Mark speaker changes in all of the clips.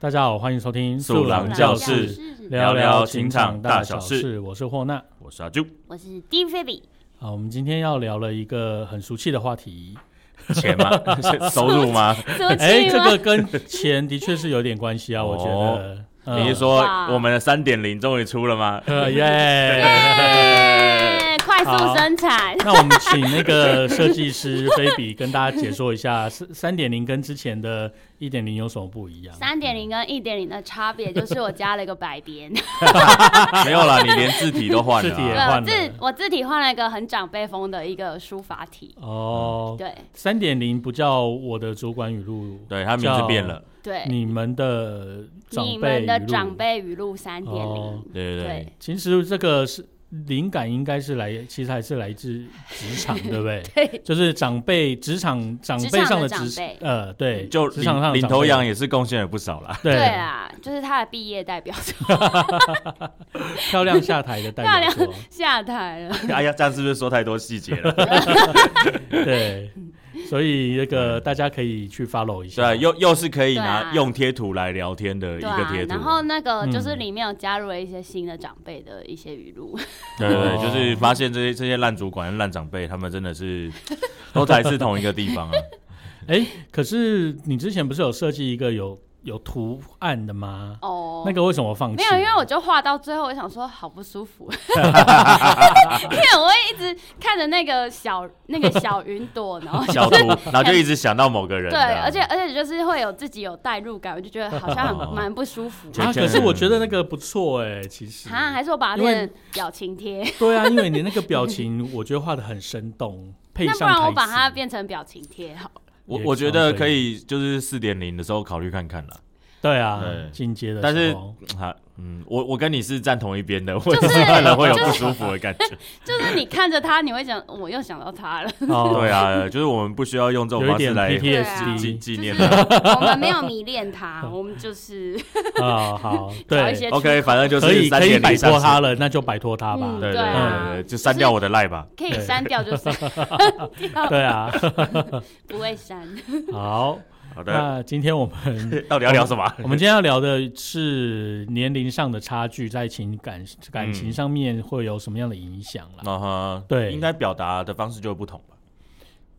Speaker 1: 大家好，欢迎收听
Speaker 2: 素
Speaker 3: 狼
Speaker 2: 狼教
Speaker 3: 教室
Speaker 2: 室，
Speaker 1: 聊聊
Speaker 2: 聊
Speaker 1: 情
Speaker 2: 情
Speaker 1: 场
Speaker 2: 场
Speaker 1: 大
Speaker 2: 大
Speaker 1: 小
Speaker 2: 小
Speaker 1: 事。
Speaker 2: 事
Speaker 1: 我是霍娜。
Speaker 2: 我是阿啾，
Speaker 3: 我是 d v i b i
Speaker 1: 啊，我们今天要聊了一个很俗气的话题，
Speaker 2: 钱吗？ 是收入吗？
Speaker 3: 出
Speaker 1: 哎，
Speaker 3: 去
Speaker 1: 这
Speaker 3: 吗？
Speaker 1: 个跟钱的确是有点关 系啊，我觉得。嗯
Speaker 2: 哦你是说
Speaker 3: 哇
Speaker 2: 我们的三点零终于出了吗？
Speaker 1: 呃耶？
Speaker 3: 哎快速生产，
Speaker 1: 那我们请那个设计师菲比跟大家解说一下，三三点零跟之前的一点零有什么不一样？
Speaker 3: 三点零跟一点零的差别就是我加了一个 白边，
Speaker 2: 没有啦，你连字体都换了
Speaker 1: 字体也
Speaker 2: 啊、
Speaker 1: 换了
Speaker 3: 我自我字体换了一个很长辈风的一个书法体，
Speaker 1: 哦，
Speaker 3: 对
Speaker 1: 三点零不叫我的主管语录，
Speaker 2: 对他名字变
Speaker 1: 哦
Speaker 2: 了，
Speaker 3: 对，
Speaker 1: 你们的长辈
Speaker 3: 你们的
Speaker 1: 语录
Speaker 3: 长辈语录三点
Speaker 1: 哦
Speaker 3: 零，
Speaker 2: 对对对
Speaker 3: 对，
Speaker 1: 其实这个是灵感，应该是来，其实还是来自职场，对不对？
Speaker 3: 对，
Speaker 1: 就是长辈职场长辈上的职
Speaker 3: 职场的长辈
Speaker 1: 呃，对，
Speaker 2: 嗯就
Speaker 1: 职场上的
Speaker 2: 领领
Speaker 1: 长辈
Speaker 2: 头羊，也是贡献了不少啦。
Speaker 1: 对，
Speaker 3: 啊，就是他的毕业代表作
Speaker 1: 漂亮下台的代 表作，
Speaker 3: 下台了，
Speaker 2: 哎呀，这样是不是说太多细节 了？
Speaker 1: 对，所以那个大家可以去 follow 一下，
Speaker 2: 对，啊又又是可以
Speaker 3: 对
Speaker 2: 拿
Speaker 3: 啊
Speaker 2: 用贴图来聊天的一
Speaker 3: 对
Speaker 2: 个
Speaker 3: 啊
Speaker 2: 贴，图，
Speaker 3: 然后那个就是
Speaker 1: 嗯
Speaker 3: 里面有加入了一些新的长辈的一些语录，
Speaker 2: 对对
Speaker 1: 哦
Speaker 2: 对，就是发现这些这些烂主管、烂长辈，他们真的 是都来自同一个地方啊。
Speaker 1: 哎，可是你之前不是有设计一个有有图案的吗？
Speaker 3: 哦，
Speaker 1: 那个为什么放弃？
Speaker 3: 没有，因为我就画到最后，我想说好不舒 服，因为我会一直看着那个小那个小云朵，然后 就
Speaker 2: 小图，然后就一直想到某个人
Speaker 1: 啊
Speaker 3: 对，
Speaker 2: 这样。
Speaker 3: 而且而且就是会有自己有代入感，我就觉得好像很
Speaker 2: 哦
Speaker 3: 蛮不舒服。
Speaker 2: 觉
Speaker 1: 啊，
Speaker 2: 得
Speaker 1: 可是我觉得那个不错哎，其实
Speaker 3: 啊，还是我把它
Speaker 1: 因为
Speaker 3: 变成表情贴，
Speaker 1: 对啊，因为你那个表情，我觉得画的很生动，配
Speaker 3: 那
Speaker 1: 上
Speaker 3: 不然我
Speaker 1: 台
Speaker 3: 把它
Speaker 1: 词
Speaker 3: 变成表情贴好了。
Speaker 2: 我
Speaker 1: 也
Speaker 2: 我觉得
Speaker 1: 可以
Speaker 2: 可以，就是四点零的时候考虑看看啦。
Speaker 1: 对啊
Speaker 2: 对，
Speaker 1: 进阶的
Speaker 2: 但是
Speaker 1: 时候，
Speaker 2: 啊，嗯，我我跟你是站同一边的，我
Speaker 3: 是
Speaker 2: 也是看了会有不舒服的感觉。
Speaker 3: 就是你看着它，你会想，我又想到它了。
Speaker 1: 哦
Speaker 2: 对，啊，就是我们不需要用这种
Speaker 1: 有一
Speaker 2: 方式
Speaker 1: 点
Speaker 2: 来
Speaker 3: 对
Speaker 1: PTSD
Speaker 3: 啊
Speaker 2: 纪
Speaker 3: 就
Speaker 2: 纪
Speaker 3: 是
Speaker 2: 念的。
Speaker 3: 我们没有迷恋它，我们就是
Speaker 1: 啊，好，
Speaker 3: 找一
Speaker 1: 对，
Speaker 3: 些
Speaker 2: OK，反正就
Speaker 1: 可
Speaker 2: 是
Speaker 1: 以
Speaker 2: 三
Speaker 1: 可以
Speaker 2: 点
Speaker 1: 摆
Speaker 2: 零
Speaker 1: 脱
Speaker 2: 上
Speaker 1: 它
Speaker 2: 市。
Speaker 1: 了，那就摆脱它吧
Speaker 3: 嗯。
Speaker 2: 对
Speaker 3: 对啊
Speaker 2: 对，就删掉我的赖吧。
Speaker 3: 可以删掉就删掉，
Speaker 1: 对啊，
Speaker 3: 不会删。
Speaker 1: 好，
Speaker 2: 好的，
Speaker 1: 那今天我 们
Speaker 2: 到底要聊什么？
Speaker 1: 我们今天要聊的是年龄上的差距在情感感情上面会有什么样的影响啦？
Speaker 2: 啊哈，
Speaker 1: 对
Speaker 2: 应该表达的方式就会不同吧。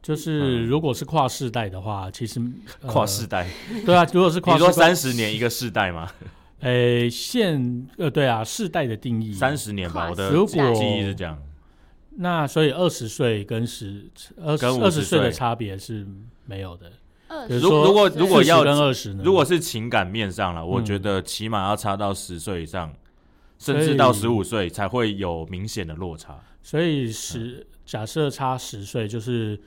Speaker 1: 就是如果是跨世代的话，其实呃
Speaker 2: 嗯跨世代，
Speaker 1: 对啊，如果是
Speaker 2: 你
Speaker 1: 跨世
Speaker 2: 说
Speaker 1: 代，
Speaker 2: 三十年一个世代吗？
Speaker 1: 呃，现呃对啊，世代的定义
Speaker 2: 三十年吧，我的
Speaker 1: 如
Speaker 2: 记
Speaker 1: 果
Speaker 2: 记忆是这样。
Speaker 1: 那所以二十岁跟十二
Speaker 2: 跟50
Speaker 1: 二十岁的
Speaker 2: 岁
Speaker 1: 差别是没有的。
Speaker 3: 二
Speaker 1: 比
Speaker 3: 十
Speaker 1: 如
Speaker 2: 如
Speaker 1: 说
Speaker 2: 如果如果
Speaker 1: 40
Speaker 2: 要
Speaker 1: 跟二十呢？
Speaker 2: 如果是情感面上了，我
Speaker 1: 嗯
Speaker 2: 觉得起码要差到十岁以上，甚
Speaker 1: 所
Speaker 2: 至
Speaker 1: 以
Speaker 2: 到十五岁才会有明显的落差。
Speaker 1: 所以十假设差十岁，就是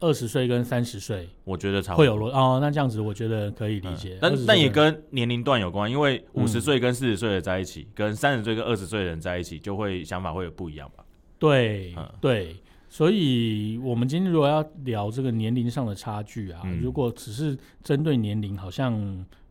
Speaker 1: 二十岁跟三十岁
Speaker 2: 我觉得差不
Speaker 1: 会
Speaker 2: 多
Speaker 1: 有落哦。那这样子我觉得可以理解20
Speaker 2: 嗯，但
Speaker 1: 岁
Speaker 2: 但也
Speaker 1: 的
Speaker 2: 跟年龄段有关，因为
Speaker 1: 嗯
Speaker 2: 五十岁跟四十岁的在一起，跟三十岁跟二十岁的人在一起，就会想法会有不一样吧。
Speaker 1: 对
Speaker 2: 嗯
Speaker 1: 对。所以，我们今天如果要聊这个年龄上的差距啊，
Speaker 2: 嗯
Speaker 1: 如果只是针对年龄，好像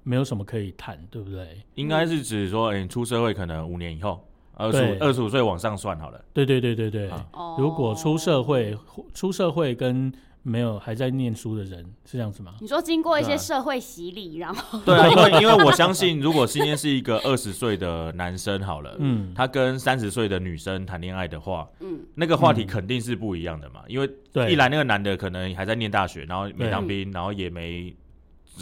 Speaker 1: 没有什么可以谈，对不对？
Speaker 2: 应该是指说，哎你出社会可能五年以后，二
Speaker 1: 对
Speaker 2: 十二十五岁往上算 好了。
Speaker 1: 对对对对对。
Speaker 2: 啊
Speaker 3: 哦
Speaker 1: 如果出社，会，出社会跟没有还在念书的人是这样子吗？
Speaker 3: 你说经过一
Speaker 2: 对
Speaker 3: 些
Speaker 2: 啊
Speaker 3: 社会洗礼，然后
Speaker 2: 对啊，因为因为我相信，如果今天是一个二十岁的男生好了，
Speaker 1: 嗯，
Speaker 2: 他跟三十岁的女生谈恋爱的话，
Speaker 3: 嗯，
Speaker 2: 那个话题肯定是不一样的嘛，因为
Speaker 1: 对，
Speaker 2: 一来那个男的可能还在念大学，然后没当
Speaker 3: 对
Speaker 2: 兵，然后也没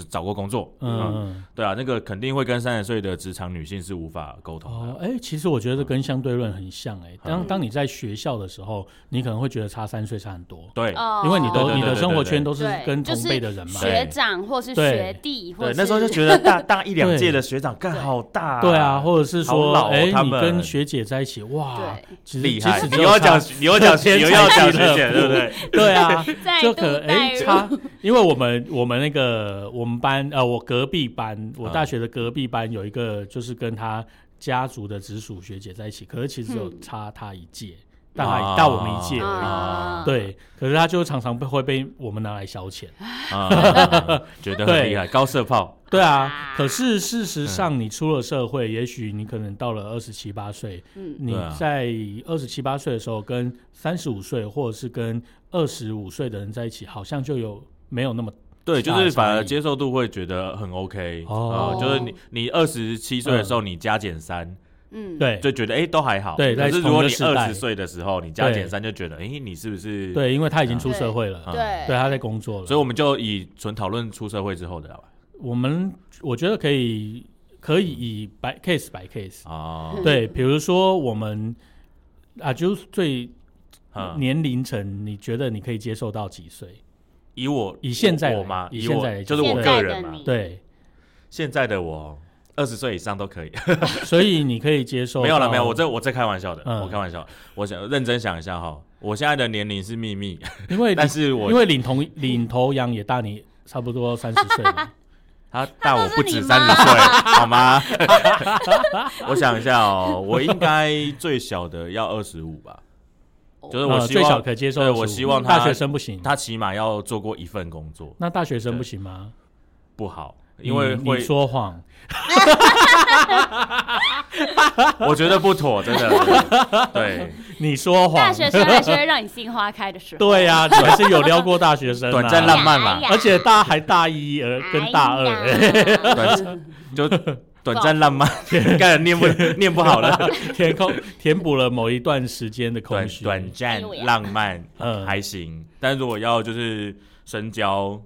Speaker 2: 找过工作，嗯，
Speaker 1: 嗯，
Speaker 2: 对啊，那个肯定会跟三十岁的职场女性是无法沟通
Speaker 1: 哦
Speaker 2: 的，，
Speaker 1: 哎、其实我觉得跟相对论很像、哎，当
Speaker 3: 嗯
Speaker 1: 当你在学校的时候，你可能会觉得差三岁差很多，
Speaker 2: 对
Speaker 3: 哦
Speaker 1: 因为你
Speaker 2: 对
Speaker 1: 都
Speaker 2: 对
Speaker 1: 你
Speaker 2: 对
Speaker 1: 的
Speaker 2: 对
Speaker 1: 生活
Speaker 2: 对
Speaker 1: 圈都是
Speaker 3: 对
Speaker 1: 跟
Speaker 3: 就
Speaker 1: 同
Speaker 3: 是
Speaker 1: 辈的人嘛，
Speaker 3: 学长或是
Speaker 1: 对
Speaker 3: 学弟，或
Speaker 2: 对
Speaker 3: 是，
Speaker 2: 那时候就觉得 大大一两
Speaker 1: 对
Speaker 2: 届的学长干好大啊，
Speaker 1: 对啊，或者是
Speaker 2: 好
Speaker 1: 说，
Speaker 2: 老哦
Speaker 1: 哎、
Speaker 2: 他
Speaker 1: 你
Speaker 2: 们
Speaker 1: 跟学姐在一起，哇，
Speaker 3: 对，
Speaker 1: 其实
Speaker 2: 厉害，
Speaker 1: 即使
Speaker 2: 你
Speaker 1: 只有
Speaker 2: 又要讲
Speaker 1: 差
Speaker 2: 你又要讲
Speaker 1: 天
Speaker 2: 你又
Speaker 1: 才
Speaker 2: 要讲
Speaker 1: 俱
Speaker 2: 学
Speaker 1: 乐
Speaker 2: 姐，对不
Speaker 1: 部
Speaker 2: 对？
Speaker 1: 对啊，
Speaker 3: 再
Speaker 1: 就
Speaker 3: 度
Speaker 1: 可能
Speaker 3: 带
Speaker 1: 哎、
Speaker 3: 入
Speaker 1: 差，因为我们我们那个我们班呃，我隔壁班，
Speaker 2: 啊
Speaker 1: 我大学的隔壁班有一个就是跟他家族的直属学姐在一起，可是其实有
Speaker 3: 嗯
Speaker 1: 差他一届，大
Speaker 2: 啊
Speaker 1: 他大我们一届而已。
Speaker 3: 啊
Speaker 1: 对，可是他就常常被会被我们拿来消遣。
Speaker 2: 啊，觉得很厉害，高射炮，
Speaker 1: 对啊
Speaker 3: 啊，
Speaker 1: 可是事
Speaker 2: 嗯
Speaker 1: 实上，你出了社会，也许你可能到了二十七八岁，
Speaker 3: 嗯，
Speaker 1: 你
Speaker 2: 对啊
Speaker 1: 在二十七八岁的时候，跟三十五岁或者是跟二十五岁的人在一起，好像就有没有那么
Speaker 2: 对，就是
Speaker 1: 差
Speaker 2: 反
Speaker 1: 差
Speaker 2: 而
Speaker 1: 异
Speaker 2: 接受度会觉得很 OK
Speaker 1: 哦
Speaker 2: 啊就是你你二十七岁的时候，你加减三，
Speaker 3: 嗯，
Speaker 1: 对
Speaker 2: 就觉得哎、诶都还好。
Speaker 1: 对
Speaker 2: 可
Speaker 1: 在
Speaker 2: 是如
Speaker 1: 同
Speaker 2: 果你
Speaker 1: 个世
Speaker 2: 二
Speaker 1: 代
Speaker 2: 十岁的时候，你加
Speaker 1: 对
Speaker 2: 减三就觉得哎、诶你是不是？
Speaker 1: 对，因为他已经出社会
Speaker 2: 嗯
Speaker 1: 了，
Speaker 3: 对
Speaker 1: 啊对，他在工作了，
Speaker 2: 所以我们就以纯讨论出社会之后的啊吧。
Speaker 1: 我们我觉得可以可以以 by case by case，
Speaker 2: 啊，
Speaker 3: 嗯
Speaker 1: 对，比如说我们啊，就是最
Speaker 2: 嗯
Speaker 1: 年龄层，你觉得你可以接受到几岁？
Speaker 2: 以我
Speaker 1: 以现在
Speaker 2: 我嘛，
Speaker 1: 以
Speaker 2: 以
Speaker 1: 现
Speaker 2: 我
Speaker 1: 在来
Speaker 2: 就是
Speaker 1: 讲
Speaker 2: 我
Speaker 1: 对
Speaker 2: 个人
Speaker 3: 现在的
Speaker 2: 嘛
Speaker 3: 你，
Speaker 1: 对，
Speaker 2: 现在的我二十岁以上都可以。
Speaker 1: 所以你可以接受到。
Speaker 2: 没有了，没有，我这我这开玩笑的，
Speaker 1: 嗯
Speaker 2: 我开玩笑。我想认真想一下哈，我现在的年龄是 秘密，
Speaker 1: 因为
Speaker 2: 但是
Speaker 1: 因
Speaker 2: 我
Speaker 1: 为领头领头羊也大你差不多三十岁 嘛，
Speaker 2: 他大我不
Speaker 3: 都是
Speaker 2: 止
Speaker 3: 你
Speaker 2: 三十 岁，好吗？我想一下哦，我应该最小的要二十五吧，
Speaker 3: 哦
Speaker 2: 就是我
Speaker 1: 呃
Speaker 2: 希
Speaker 1: 最小
Speaker 2: 望
Speaker 1: 可接受
Speaker 2: 对
Speaker 1: 25。
Speaker 2: 我希望他
Speaker 1: 嗯大学生不行，
Speaker 2: 他起码要做过一份工作，
Speaker 1: 那大学生不行吗？
Speaker 2: 不好，因为
Speaker 1: 你你
Speaker 2: 会
Speaker 1: 说 谎，
Speaker 2: 我觉得不妥，真 的。对，
Speaker 1: 你说谎，
Speaker 3: 大学生还是会让你杏花开 的时候。
Speaker 1: 对呀、你还是有撩过大学生、啊，
Speaker 2: 短暂浪漫嘛
Speaker 3: 哎，呀
Speaker 1: 而且大还大一而跟大二、
Speaker 3: 哎
Speaker 1: 欸，
Speaker 3: 呀
Speaker 2: 短就短暂浪漫，干了念不念不好了。
Speaker 1: 填空填补了某一段时间的 空
Speaker 2: 短
Speaker 1: 虚。
Speaker 2: 短
Speaker 3: 哎
Speaker 2: 暂
Speaker 3: 呦呀
Speaker 2: 浪漫
Speaker 1: 嗯
Speaker 2: 还行，但如果要就是深交，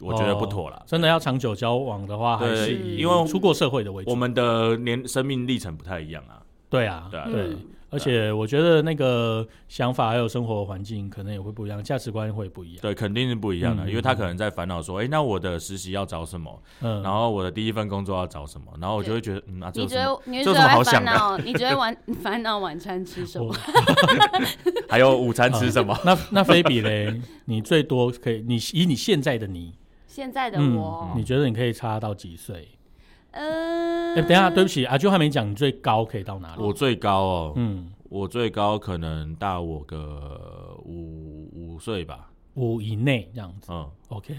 Speaker 2: 我觉得不妥了
Speaker 1: 哦。真的要长久交往的话，还
Speaker 2: 对
Speaker 1: 是以
Speaker 2: 因为
Speaker 1: 出过社会的为
Speaker 2: 我
Speaker 1: 主。
Speaker 2: 们的年生命历程不太一样啊，
Speaker 1: 对啊，
Speaker 2: 对啊
Speaker 1: 对
Speaker 3: 嗯。
Speaker 1: 而且我觉得那个想法还有生活环境可能也会不一样，价值观会不一样。
Speaker 2: 对，肯定是不一样的，
Speaker 1: 嗯
Speaker 2: 因为他可能在烦恼说，哎，那我的实习要找什么？
Speaker 1: 嗯，
Speaker 2: 然后我的第一份工作要找什么？然后我就会觉得，嗯啊，这
Speaker 3: 你
Speaker 2: 有
Speaker 3: 觉
Speaker 2: 什么？
Speaker 3: 得你
Speaker 2: 这
Speaker 3: 觉
Speaker 2: 有什
Speaker 3: 得
Speaker 2: 么好
Speaker 3: 会
Speaker 2: 想
Speaker 3: 烦
Speaker 2: 的
Speaker 3: 恼？你觉得 晚烦恼晚餐吃什么
Speaker 1: 我？
Speaker 2: 还有午餐吃什么？
Speaker 1: 那那菲比嘞， 你最多可以，你以你现在的你，
Speaker 3: 现在的
Speaker 1: 嗯，
Speaker 3: 我，
Speaker 1: 你觉得你可以差到几岁？
Speaker 3: 嗯，
Speaker 1: 哎，等一下，对不起，阿啾还没讲，你最高可以到哪里？
Speaker 2: 我最高哦，
Speaker 1: 嗯，
Speaker 2: 我最高可能大我个五五岁吧，
Speaker 1: 五以内这样子。
Speaker 2: 嗯，
Speaker 1: OK，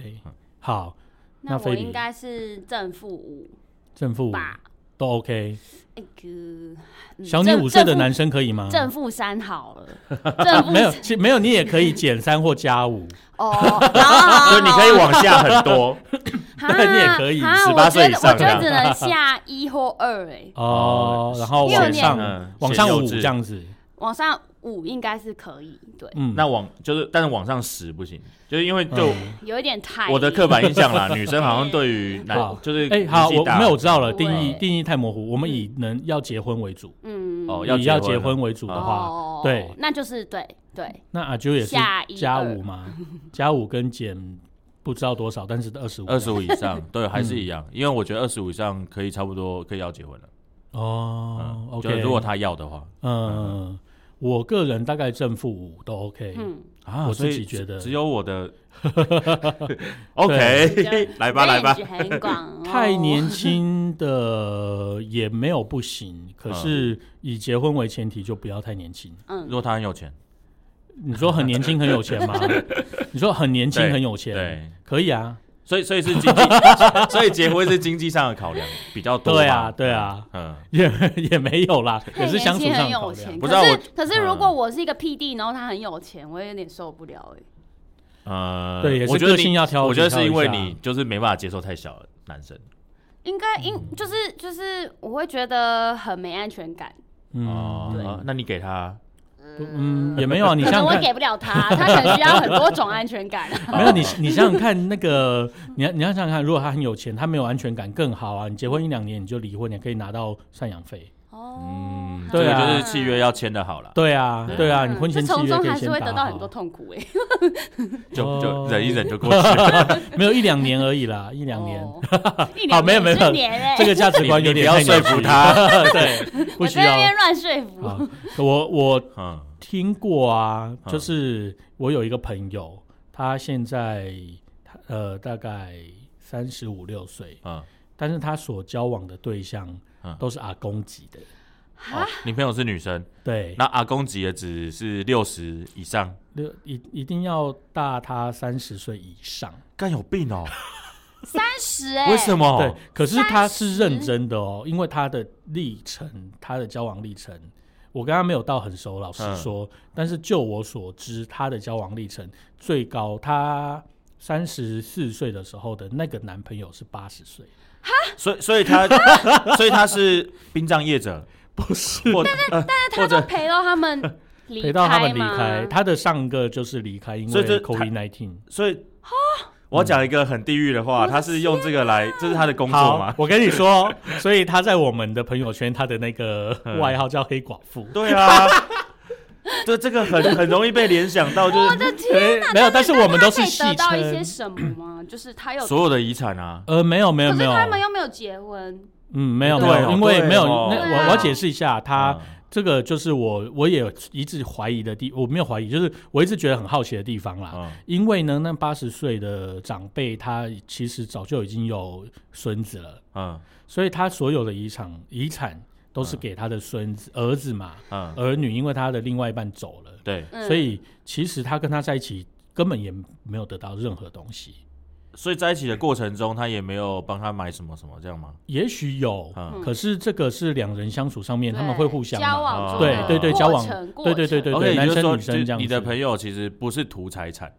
Speaker 1: 好，那
Speaker 3: 那我
Speaker 1: 菲比
Speaker 3: 应该是正负五
Speaker 1: 正负五
Speaker 3: 吧？
Speaker 1: 都 OK。
Speaker 3: 那个嗯
Speaker 1: 小你
Speaker 3: 正
Speaker 1: 五岁的
Speaker 3: 正负
Speaker 1: 男生可以吗？
Speaker 3: 正负三好 了，正负
Speaker 1: 没有，其实没有，你也可以减三或加五。
Speaker 3: 哦，然后好 啊
Speaker 2: 所以你可以往下很多。
Speaker 3: 哈
Speaker 1: 对你也可以
Speaker 3: 哈
Speaker 2: 18
Speaker 3: 我觉
Speaker 2: 岁以
Speaker 3: 得
Speaker 2: 上
Speaker 3: 我觉
Speaker 2: 啊
Speaker 3: 得 只能下一或二哎，
Speaker 1: 哦，然后
Speaker 3: 六
Speaker 1: 往
Speaker 3: 年
Speaker 1: 上
Speaker 2: 嗯
Speaker 1: 往上
Speaker 2: 写幼
Speaker 1: 五
Speaker 2: 稚
Speaker 1: 这样子，
Speaker 3: 往上五应该是可以，对，
Speaker 1: 嗯，
Speaker 2: 那往就是，但是往上十不行，就是因为就
Speaker 3: 有一点太
Speaker 2: 我的刻板印象啦，女生好像 对于男
Speaker 1: 哎好
Speaker 2: 就是
Speaker 1: 哎，好，
Speaker 2: 年纪
Speaker 1: 我
Speaker 2: 大
Speaker 1: 没有我知道了，
Speaker 3: 对
Speaker 1: 定义定义太模糊，我们以能要结婚为主，
Speaker 3: 嗯
Speaker 2: 哦要
Speaker 1: 以要
Speaker 2: 结
Speaker 1: 结
Speaker 2: 婚
Speaker 1: 婚为主的话，
Speaker 3: 哦
Speaker 1: 对
Speaker 3: 那就是对对
Speaker 1: 那阿啾也是
Speaker 3: 下一
Speaker 1: 加
Speaker 3: 二
Speaker 1: 五嘛，加五跟减不知道多少，但是二十五，
Speaker 2: 二十五以上，对，还
Speaker 1: 嗯
Speaker 2: 是一样，因为我觉得二十五以上可以差不多可以要结婚了。
Speaker 1: 哦
Speaker 2: 嗯，就
Speaker 1: ，OK，
Speaker 2: 如果他要的话
Speaker 1: 嗯，我个人大概正负五都 OK，
Speaker 3: 嗯，
Speaker 2: 啊
Speaker 1: 我
Speaker 2: 所以
Speaker 1: 自己觉得
Speaker 2: 只只有 我的 OK，来 吧来吧
Speaker 3: range，很广，
Speaker 1: 太
Speaker 3: 哦
Speaker 1: 年轻的也没有不行，可是以结婚为前提就不要太年轻。
Speaker 2: 如
Speaker 3: 嗯，
Speaker 2: 果他很有钱，
Speaker 1: 你说很年轻很有 钱吗？你说很年轻
Speaker 2: 对
Speaker 1: 很有钱，
Speaker 2: 对，
Speaker 1: 可以啊，
Speaker 2: 所以所以是经济， 所以结婚是经济上的考量比较多吧。
Speaker 1: 对啊，对啊，
Speaker 2: 嗯，
Speaker 1: 也也没有啦，也
Speaker 3: 太
Speaker 1: 是相
Speaker 3: 年
Speaker 1: 处上的
Speaker 3: 轻很
Speaker 1: 嗯考
Speaker 3: 有
Speaker 1: 量
Speaker 3: 钱，
Speaker 2: 不
Speaker 3: 可
Speaker 2: 知道
Speaker 3: 是
Speaker 2: 我
Speaker 3: 可是如果我是一个 P D，然后他很有钱，我有点受不了哎，
Speaker 2: 呃，
Speaker 1: 对也是
Speaker 2: 我觉得
Speaker 1: 个性
Speaker 2: 你
Speaker 1: 要挑
Speaker 2: 我觉得
Speaker 1: 挑
Speaker 2: 是因为
Speaker 1: 一下
Speaker 2: 你就是没办法接受太小的男生。
Speaker 3: 应该
Speaker 1: 嗯
Speaker 3: 应就是就是我会觉得很没安全感。
Speaker 1: 嗯，
Speaker 2: 哦，啊那你给他
Speaker 1: 不嗯，也没 有啊。你
Speaker 3: 可
Speaker 1: 想想
Speaker 3: 能我
Speaker 1: 看，
Speaker 3: 给不了他，他可能需要很多种安 全感。
Speaker 1: 没有你，你想想看，那个你要你要想想看，如果他很有钱，他没有安全感更好啊。你结婚一两年你就离婚，你可以拿到赡养费。
Speaker 3: 哦，
Speaker 1: 对
Speaker 2: 这
Speaker 1: 啊
Speaker 2: 个嗯就是契约要签的好了，
Speaker 1: 对啊，对啊，你婚前
Speaker 3: 这
Speaker 1: 契
Speaker 3: 嗯从
Speaker 1: 约
Speaker 3: 中
Speaker 1: 可以
Speaker 3: 还
Speaker 1: 先
Speaker 3: 是会
Speaker 1: 打
Speaker 3: 得到很
Speaker 1: 好
Speaker 3: 多痛苦哎，
Speaker 2: 就就
Speaker 1: 哦
Speaker 2: 忍一忍就过 去了。
Speaker 1: 没有一两年而已啦，一两年。
Speaker 3: 哦，一两
Speaker 1: 没有
Speaker 3: 年
Speaker 1: 没有
Speaker 3: 是一年哎，
Speaker 1: 这个价值观有
Speaker 2: 你
Speaker 1: 点
Speaker 2: 不
Speaker 1: 太
Speaker 2: 要
Speaker 1: 扭
Speaker 2: 说
Speaker 1: 曲
Speaker 2: 服他，
Speaker 1: 对，不
Speaker 3: 我
Speaker 1: 需
Speaker 3: 在那
Speaker 1: 要。
Speaker 3: 边乱说服。
Speaker 1: 啊，我我
Speaker 2: 嗯，
Speaker 1: 听过啊，
Speaker 2: 嗯
Speaker 1: 就是我有一个朋友，他现在他呃大概三十五六岁，
Speaker 2: 嗯
Speaker 1: 但是他所交往的对象
Speaker 2: 嗯
Speaker 1: 都是阿公级的，
Speaker 2: 哦，你朋友是女生，
Speaker 1: 对，
Speaker 2: 那阿公级的只是六十以上，
Speaker 1: 六一一定要大他三十岁以上。
Speaker 2: 干有病哦？
Speaker 3: 三十哎，
Speaker 2: 为什
Speaker 1: 对
Speaker 2: 么？，
Speaker 1: 可是他是认真的哦，因为他的历程，他的交往历程，我跟他没有到很熟，
Speaker 2: 嗯
Speaker 1: 老实说，但是就我所知，他的交往历程最高，他三十四岁的时候的那个男朋友是八十岁，
Speaker 2: 所以所 以他所以他是殡葬业者，
Speaker 1: 不是
Speaker 2: 或呃
Speaker 3: 但
Speaker 2: 或
Speaker 3: 他都
Speaker 2: 者
Speaker 3: 陪到 他们离
Speaker 1: 陪到他们离
Speaker 3: 吗
Speaker 1: 开，他的上个就是离开，因
Speaker 2: 所
Speaker 1: 为
Speaker 2: 以这
Speaker 1: COVID nineteen。
Speaker 2: 所以我要讲一个很地狱的话，他是用这个来，这是他的工作
Speaker 1: 好
Speaker 2: 吗，？
Speaker 1: 我跟你说， 所以他在我们的朋友圈，他的那个
Speaker 2: 嗯
Speaker 1: 外号叫黑寡妇。
Speaker 2: 对啊，这这个很很容易被联想到，就
Speaker 3: 我
Speaker 2: 是
Speaker 3: 的天，
Speaker 1: 哎没有，但是我们都
Speaker 3: 他
Speaker 1: 是
Speaker 3: 可以
Speaker 1: 戏
Speaker 3: 得到一些
Speaker 1: 称。
Speaker 3: 什么 吗？就是他有，
Speaker 2: 所有的遗产啊，
Speaker 1: 呃，没有没有
Speaker 3: 可
Speaker 1: 没
Speaker 3: 是
Speaker 1: 有，
Speaker 3: 他们又没有结婚，
Speaker 1: 嗯，没有没
Speaker 2: 对
Speaker 1: 有，
Speaker 2: 哦
Speaker 1: 因为
Speaker 2: 对
Speaker 1: 没有那
Speaker 2: 哦
Speaker 1: 我
Speaker 3: 对啊
Speaker 1: 我要解释一下，他
Speaker 2: 嗯
Speaker 1: 这个就是我我也一直怀疑的地，我没有怀疑，就是我一直觉得很好奇的地方啦。
Speaker 2: 嗯
Speaker 1: 因为呢，那八十岁的长辈他其实早就已经有孙子了，
Speaker 2: 嗯
Speaker 1: 所以他所有的遗产遗产都
Speaker 2: 啊
Speaker 1: 是给他的孙子、儿子嘛，
Speaker 2: 嗯，
Speaker 1: 儿女，因为他的另外一半走了，
Speaker 2: 对，
Speaker 3: 嗯
Speaker 1: 所以其实他跟他在一起根本也没有得到任何东西。
Speaker 2: 所以在一起的过程中，他也没有帮他买什么什么这样吗？
Speaker 1: 也许有，
Speaker 2: 嗯
Speaker 1: 可是这个是两人相处上面
Speaker 3: 对
Speaker 1: 他们会互相
Speaker 3: 交
Speaker 1: 嘛，
Speaker 3: 往中
Speaker 2: 对
Speaker 3: 的
Speaker 2: 对对
Speaker 3: 过
Speaker 1: 交往
Speaker 3: 程
Speaker 1: 对对对
Speaker 3: 过程
Speaker 1: 对
Speaker 2: ，OK，也
Speaker 1: 男
Speaker 2: 就是
Speaker 1: 生
Speaker 2: 说，
Speaker 1: 女生
Speaker 2: 就
Speaker 1: 这样
Speaker 2: 你的
Speaker 1: 子
Speaker 2: 朋友其实不是图财产，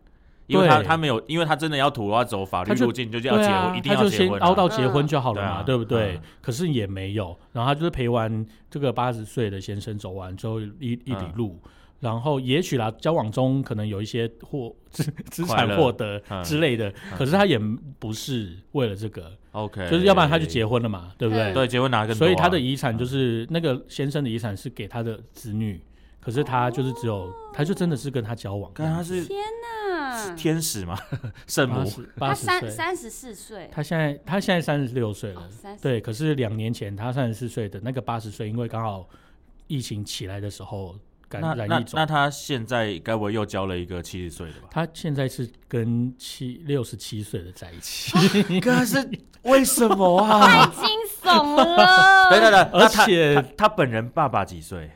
Speaker 2: 因为他
Speaker 1: 对
Speaker 2: 他没有，因为他真的要图的话，走法律
Speaker 1: 他就
Speaker 2: 路径就是要
Speaker 1: 对
Speaker 2: 结
Speaker 1: 啊
Speaker 2: 婚，，一定
Speaker 1: 他
Speaker 2: 要
Speaker 1: 就
Speaker 2: 结
Speaker 1: 先
Speaker 2: 婚啊。
Speaker 1: 熬到结婚就好了嘛，
Speaker 2: 嗯
Speaker 1: 对不对
Speaker 2: 嗯？
Speaker 1: 可是也没有，然后他就是陪完这个八十岁的先生走完之后一一里
Speaker 2: 嗯
Speaker 1: 路，然后也许啦，交往中可能有一些获资资
Speaker 2: 快
Speaker 1: 产
Speaker 2: 乐
Speaker 1: 获得
Speaker 2: 嗯
Speaker 1: 之类的，可是他也不是为了这个，
Speaker 2: OK，
Speaker 1: 就是要不然他就结婚了嘛，对不对？
Speaker 2: 对结婚拿更多啊，
Speaker 1: 所以他的遗产就是那个先生的遗产是给他的子女，可是他就是只有，他就真的是跟他交往，
Speaker 2: 看他是
Speaker 3: 天啊哪，
Speaker 2: 天使嘛， 圣
Speaker 1: 八
Speaker 2: 母
Speaker 1: 十
Speaker 3: 他
Speaker 1: 八十
Speaker 3: 三
Speaker 1: 岁，
Speaker 3: 三十四岁，
Speaker 1: 他现在他现在三十六岁
Speaker 3: 哦
Speaker 1: 了，
Speaker 3: 三十，
Speaker 1: 对，可是两年前他三十四岁的那个八十岁，因为刚好疫情起来的时候感
Speaker 2: 那
Speaker 1: 染
Speaker 2: 那
Speaker 1: 一种
Speaker 2: 那，他现在该不会又交了一个七十岁的吧？
Speaker 1: 他现在是跟七六十七岁的在一 起，
Speaker 2: 可是为什么
Speaker 3: 太
Speaker 2: 啊？
Speaker 3: 惊悚 了。
Speaker 2: 等等等，那
Speaker 1: 而
Speaker 2: 他他
Speaker 1: 且
Speaker 2: 他本人爸爸几岁？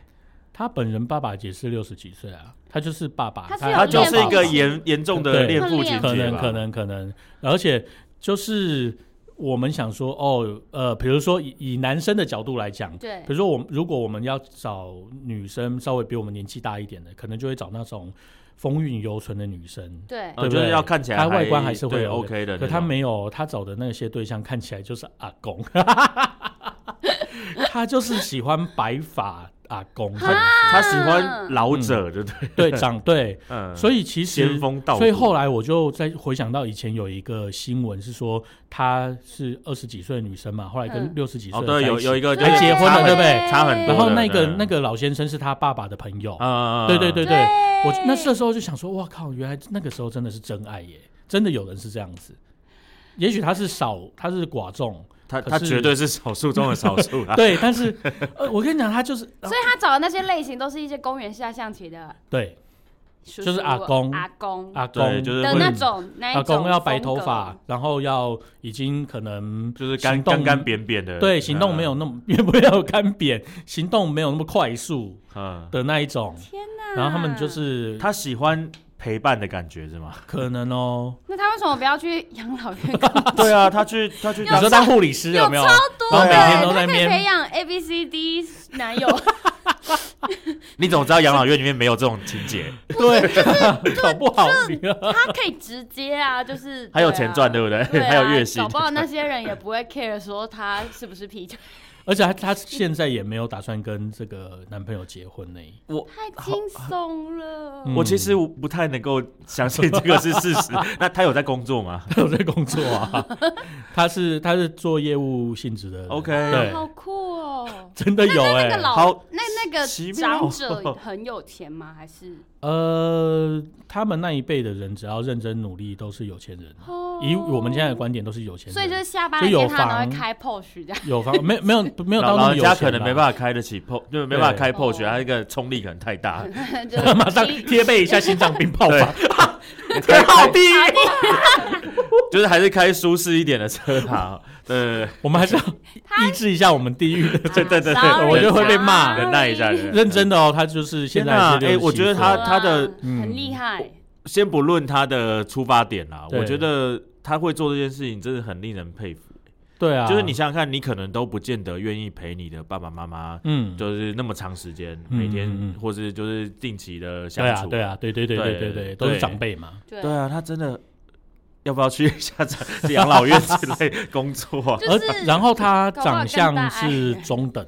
Speaker 1: 他本人爸爸也是六十几岁啊，他就是爸爸，
Speaker 3: 他是有
Speaker 2: 他就
Speaker 3: 恋
Speaker 2: 是一个
Speaker 3: 父情
Speaker 2: 严严重的
Speaker 1: 对
Speaker 2: 恋父情节
Speaker 3: 恋
Speaker 2: 吧，
Speaker 1: 可能可能可能，而且就是我们想说哦，呃，比如说以以男生的角度来讲，
Speaker 3: 对
Speaker 1: 比如说我们如果我们要找女生稍微比我们年纪大一点的，可能就会找那种风韵犹存的女生。
Speaker 3: 对，
Speaker 2: 呃，
Speaker 1: 对不
Speaker 2: 就
Speaker 1: 对
Speaker 2: 是要看起来
Speaker 1: 她外观还是会
Speaker 2: 对
Speaker 1: 有
Speaker 2: OK 的那种，
Speaker 1: 可他没有，他找的那些对象看起来就是阿公， 他就是喜欢白发阿公，
Speaker 2: 他喜欢老者，对不对？
Speaker 1: 对长对，
Speaker 2: 嗯，
Speaker 1: 所以其实
Speaker 2: 仙风道骨，
Speaker 1: 所以后来我就再回想到以前有一个新闻是说，她是二十几岁的女生嘛，后来跟
Speaker 3: 嗯
Speaker 1: 六十几岁
Speaker 2: 哦，
Speaker 1: 的
Speaker 2: 对，
Speaker 1: 在一
Speaker 2: 有
Speaker 1: 起
Speaker 2: 有一个
Speaker 1: 还结婚了对不对
Speaker 2: 差很多
Speaker 1: 然后那个
Speaker 2: 对
Speaker 1: 那个老先生是她爸爸的朋友，
Speaker 2: 啊，嗯嗯
Speaker 1: 对对对
Speaker 2: 嗯
Speaker 1: 对，我那这时候就想说，哇靠，原来那个时候真的是真爱耶，真的有人是这样子。也许他是少，他是寡众，
Speaker 2: 他
Speaker 1: 可
Speaker 2: 他
Speaker 1: 是
Speaker 2: 绝对是少数中的少数 啊啦。
Speaker 1: 对，但是，呃，我跟你讲，他 就是，
Speaker 3: 所以他找的那些类型都是一些公园下象棋的
Speaker 1: 对，
Speaker 3: 叔叔，
Speaker 1: 就是阿公
Speaker 3: 阿公
Speaker 1: 阿
Speaker 2: 对，
Speaker 1: 公
Speaker 2: 就是
Speaker 3: 的
Speaker 2: 会
Speaker 3: 那种那一
Speaker 1: 阿公
Speaker 3: 种
Speaker 1: 要白
Speaker 3: 风
Speaker 1: 头
Speaker 3: 格
Speaker 1: 发，，然后要已经可能
Speaker 2: 就是干
Speaker 1: 行动
Speaker 2: 干干扁扁的，
Speaker 1: 对，行动没有那么，也没有干扁，行动没有那么快速
Speaker 2: 嗯，
Speaker 1: 的那一种。
Speaker 3: 天哪！
Speaker 1: 然后他们就，是
Speaker 2: 嗯，他喜欢陪伴的感觉是 吗？
Speaker 1: 可能哦，
Speaker 3: 那他为什么不要去养 老院工作？
Speaker 2: 对啊，他去他去
Speaker 1: 你说当护理师有没有
Speaker 3: 超？
Speaker 1: 然
Speaker 3: 多
Speaker 1: 后
Speaker 3: 的，
Speaker 1: 每天都在那
Speaker 3: 他可以
Speaker 1: 边
Speaker 3: 培养 A B C D 男友，
Speaker 2: 你怎么知道养老院里面没有这种情节？
Speaker 1: 对， 搞不好你啊
Speaker 3: 他可以直接啊，就是
Speaker 2: 还有钱赚，对
Speaker 3: 不
Speaker 2: 不对？
Speaker 3: 对 啊？
Speaker 2: 还有月薪
Speaker 3: 搞，不好那些人也不会 care 说他是不是劈腿，
Speaker 1: 而且他他现在也没有打算跟这个男朋友结婚呢。
Speaker 3: 太惊悚了。
Speaker 1: 嗯
Speaker 2: 我其实不太能够相信这个是事 实。那他有在工作吗
Speaker 1: 他有在工作啊，他是他是做业务性质的。
Speaker 2: ？OK，
Speaker 1: 对
Speaker 3: 嗯好酷哦！
Speaker 1: 真的有
Speaker 3: 那
Speaker 1: 哎、
Speaker 3: 个老
Speaker 2: 好
Speaker 3: 那那个
Speaker 2: 奇
Speaker 3: 长
Speaker 1: 哦
Speaker 2: 妙
Speaker 3: 者很有钱吗？还是
Speaker 1: 呃，他们那一辈的人只要认真努力，都是有钱人。
Speaker 3: 哦
Speaker 1: 以我们现在的观点，都是有钱人。
Speaker 3: 所以就是下班
Speaker 1: 就
Speaker 3: 那
Speaker 1: 有
Speaker 3: 天他然后
Speaker 1: 房
Speaker 3: 会开 POS 这样，
Speaker 1: 有房 没有没有没有
Speaker 2: 老
Speaker 1: 到那么
Speaker 2: 老人
Speaker 1: 有钱
Speaker 2: 家
Speaker 1: 啦，哦
Speaker 2: 可能没办法开得起 p o 就是没办法开 p o
Speaker 3: 对
Speaker 2: s 他那个冲力可能太 大，
Speaker 3: 就是
Speaker 1: 马上
Speaker 3: 一
Speaker 1: 贴背一下心脏病爆
Speaker 2: 对
Speaker 1: 发。，
Speaker 2: 开
Speaker 1: 好 低，
Speaker 2: 就是还是开舒适一点的车啦。 对
Speaker 1: 我们还是要抑制一下我们地域的。
Speaker 2: 对对 对对
Speaker 3: 啊
Speaker 1: 我觉得会被
Speaker 3: sorry，
Speaker 1: 骂
Speaker 3: sorry
Speaker 2: 忍耐 一 下忍耐
Speaker 1: 认真的哦，他就是现在是
Speaker 2: 天哪哎
Speaker 1: 六
Speaker 2: 我觉得他
Speaker 3: 哇
Speaker 2: 他的
Speaker 1: 嗯
Speaker 3: 啊很厉害，
Speaker 2: 先不论他的出发点啦，
Speaker 1: 对
Speaker 2: 我觉得他会做这件事情真的很令人佩服。
Speaker 1: 对啊，
Speaker 2: 就是你想想看，你可能都不见得愿意陪你的爸爸妈妈，
Speaker 1: 嗯，
Speaker 2: 就是那么长时间，
Speaker 1: 嗯
Speaker 2: 每天
Speaker 1: 嗯嗯
Speaker 2: 或是就是定期的
Speaker 1: 对
Speaker 2: 相
Speaker 1: 啊
Speaker 2: 处。
Speaker 1: 对啊对对对对
Speaker 2: 对
Speaker 1: 对
Speaker 2: 对啊
Speaker 1: 对，都是长辈嘛。
Speaker 3: 对
Speaker 2: 对啊，他真的要不要去一下这养老院之 类工作啊？
Speaker 3: 就
Speaker 1: 而
Speaker 3: 是哦
Speaker 1: 然后他
Speaker 3: 搞不好
Speaker 1: 长
Speaker 3: 更
Speaker 1: 相
Speaker 3: 大
Speaker 1: 是中等，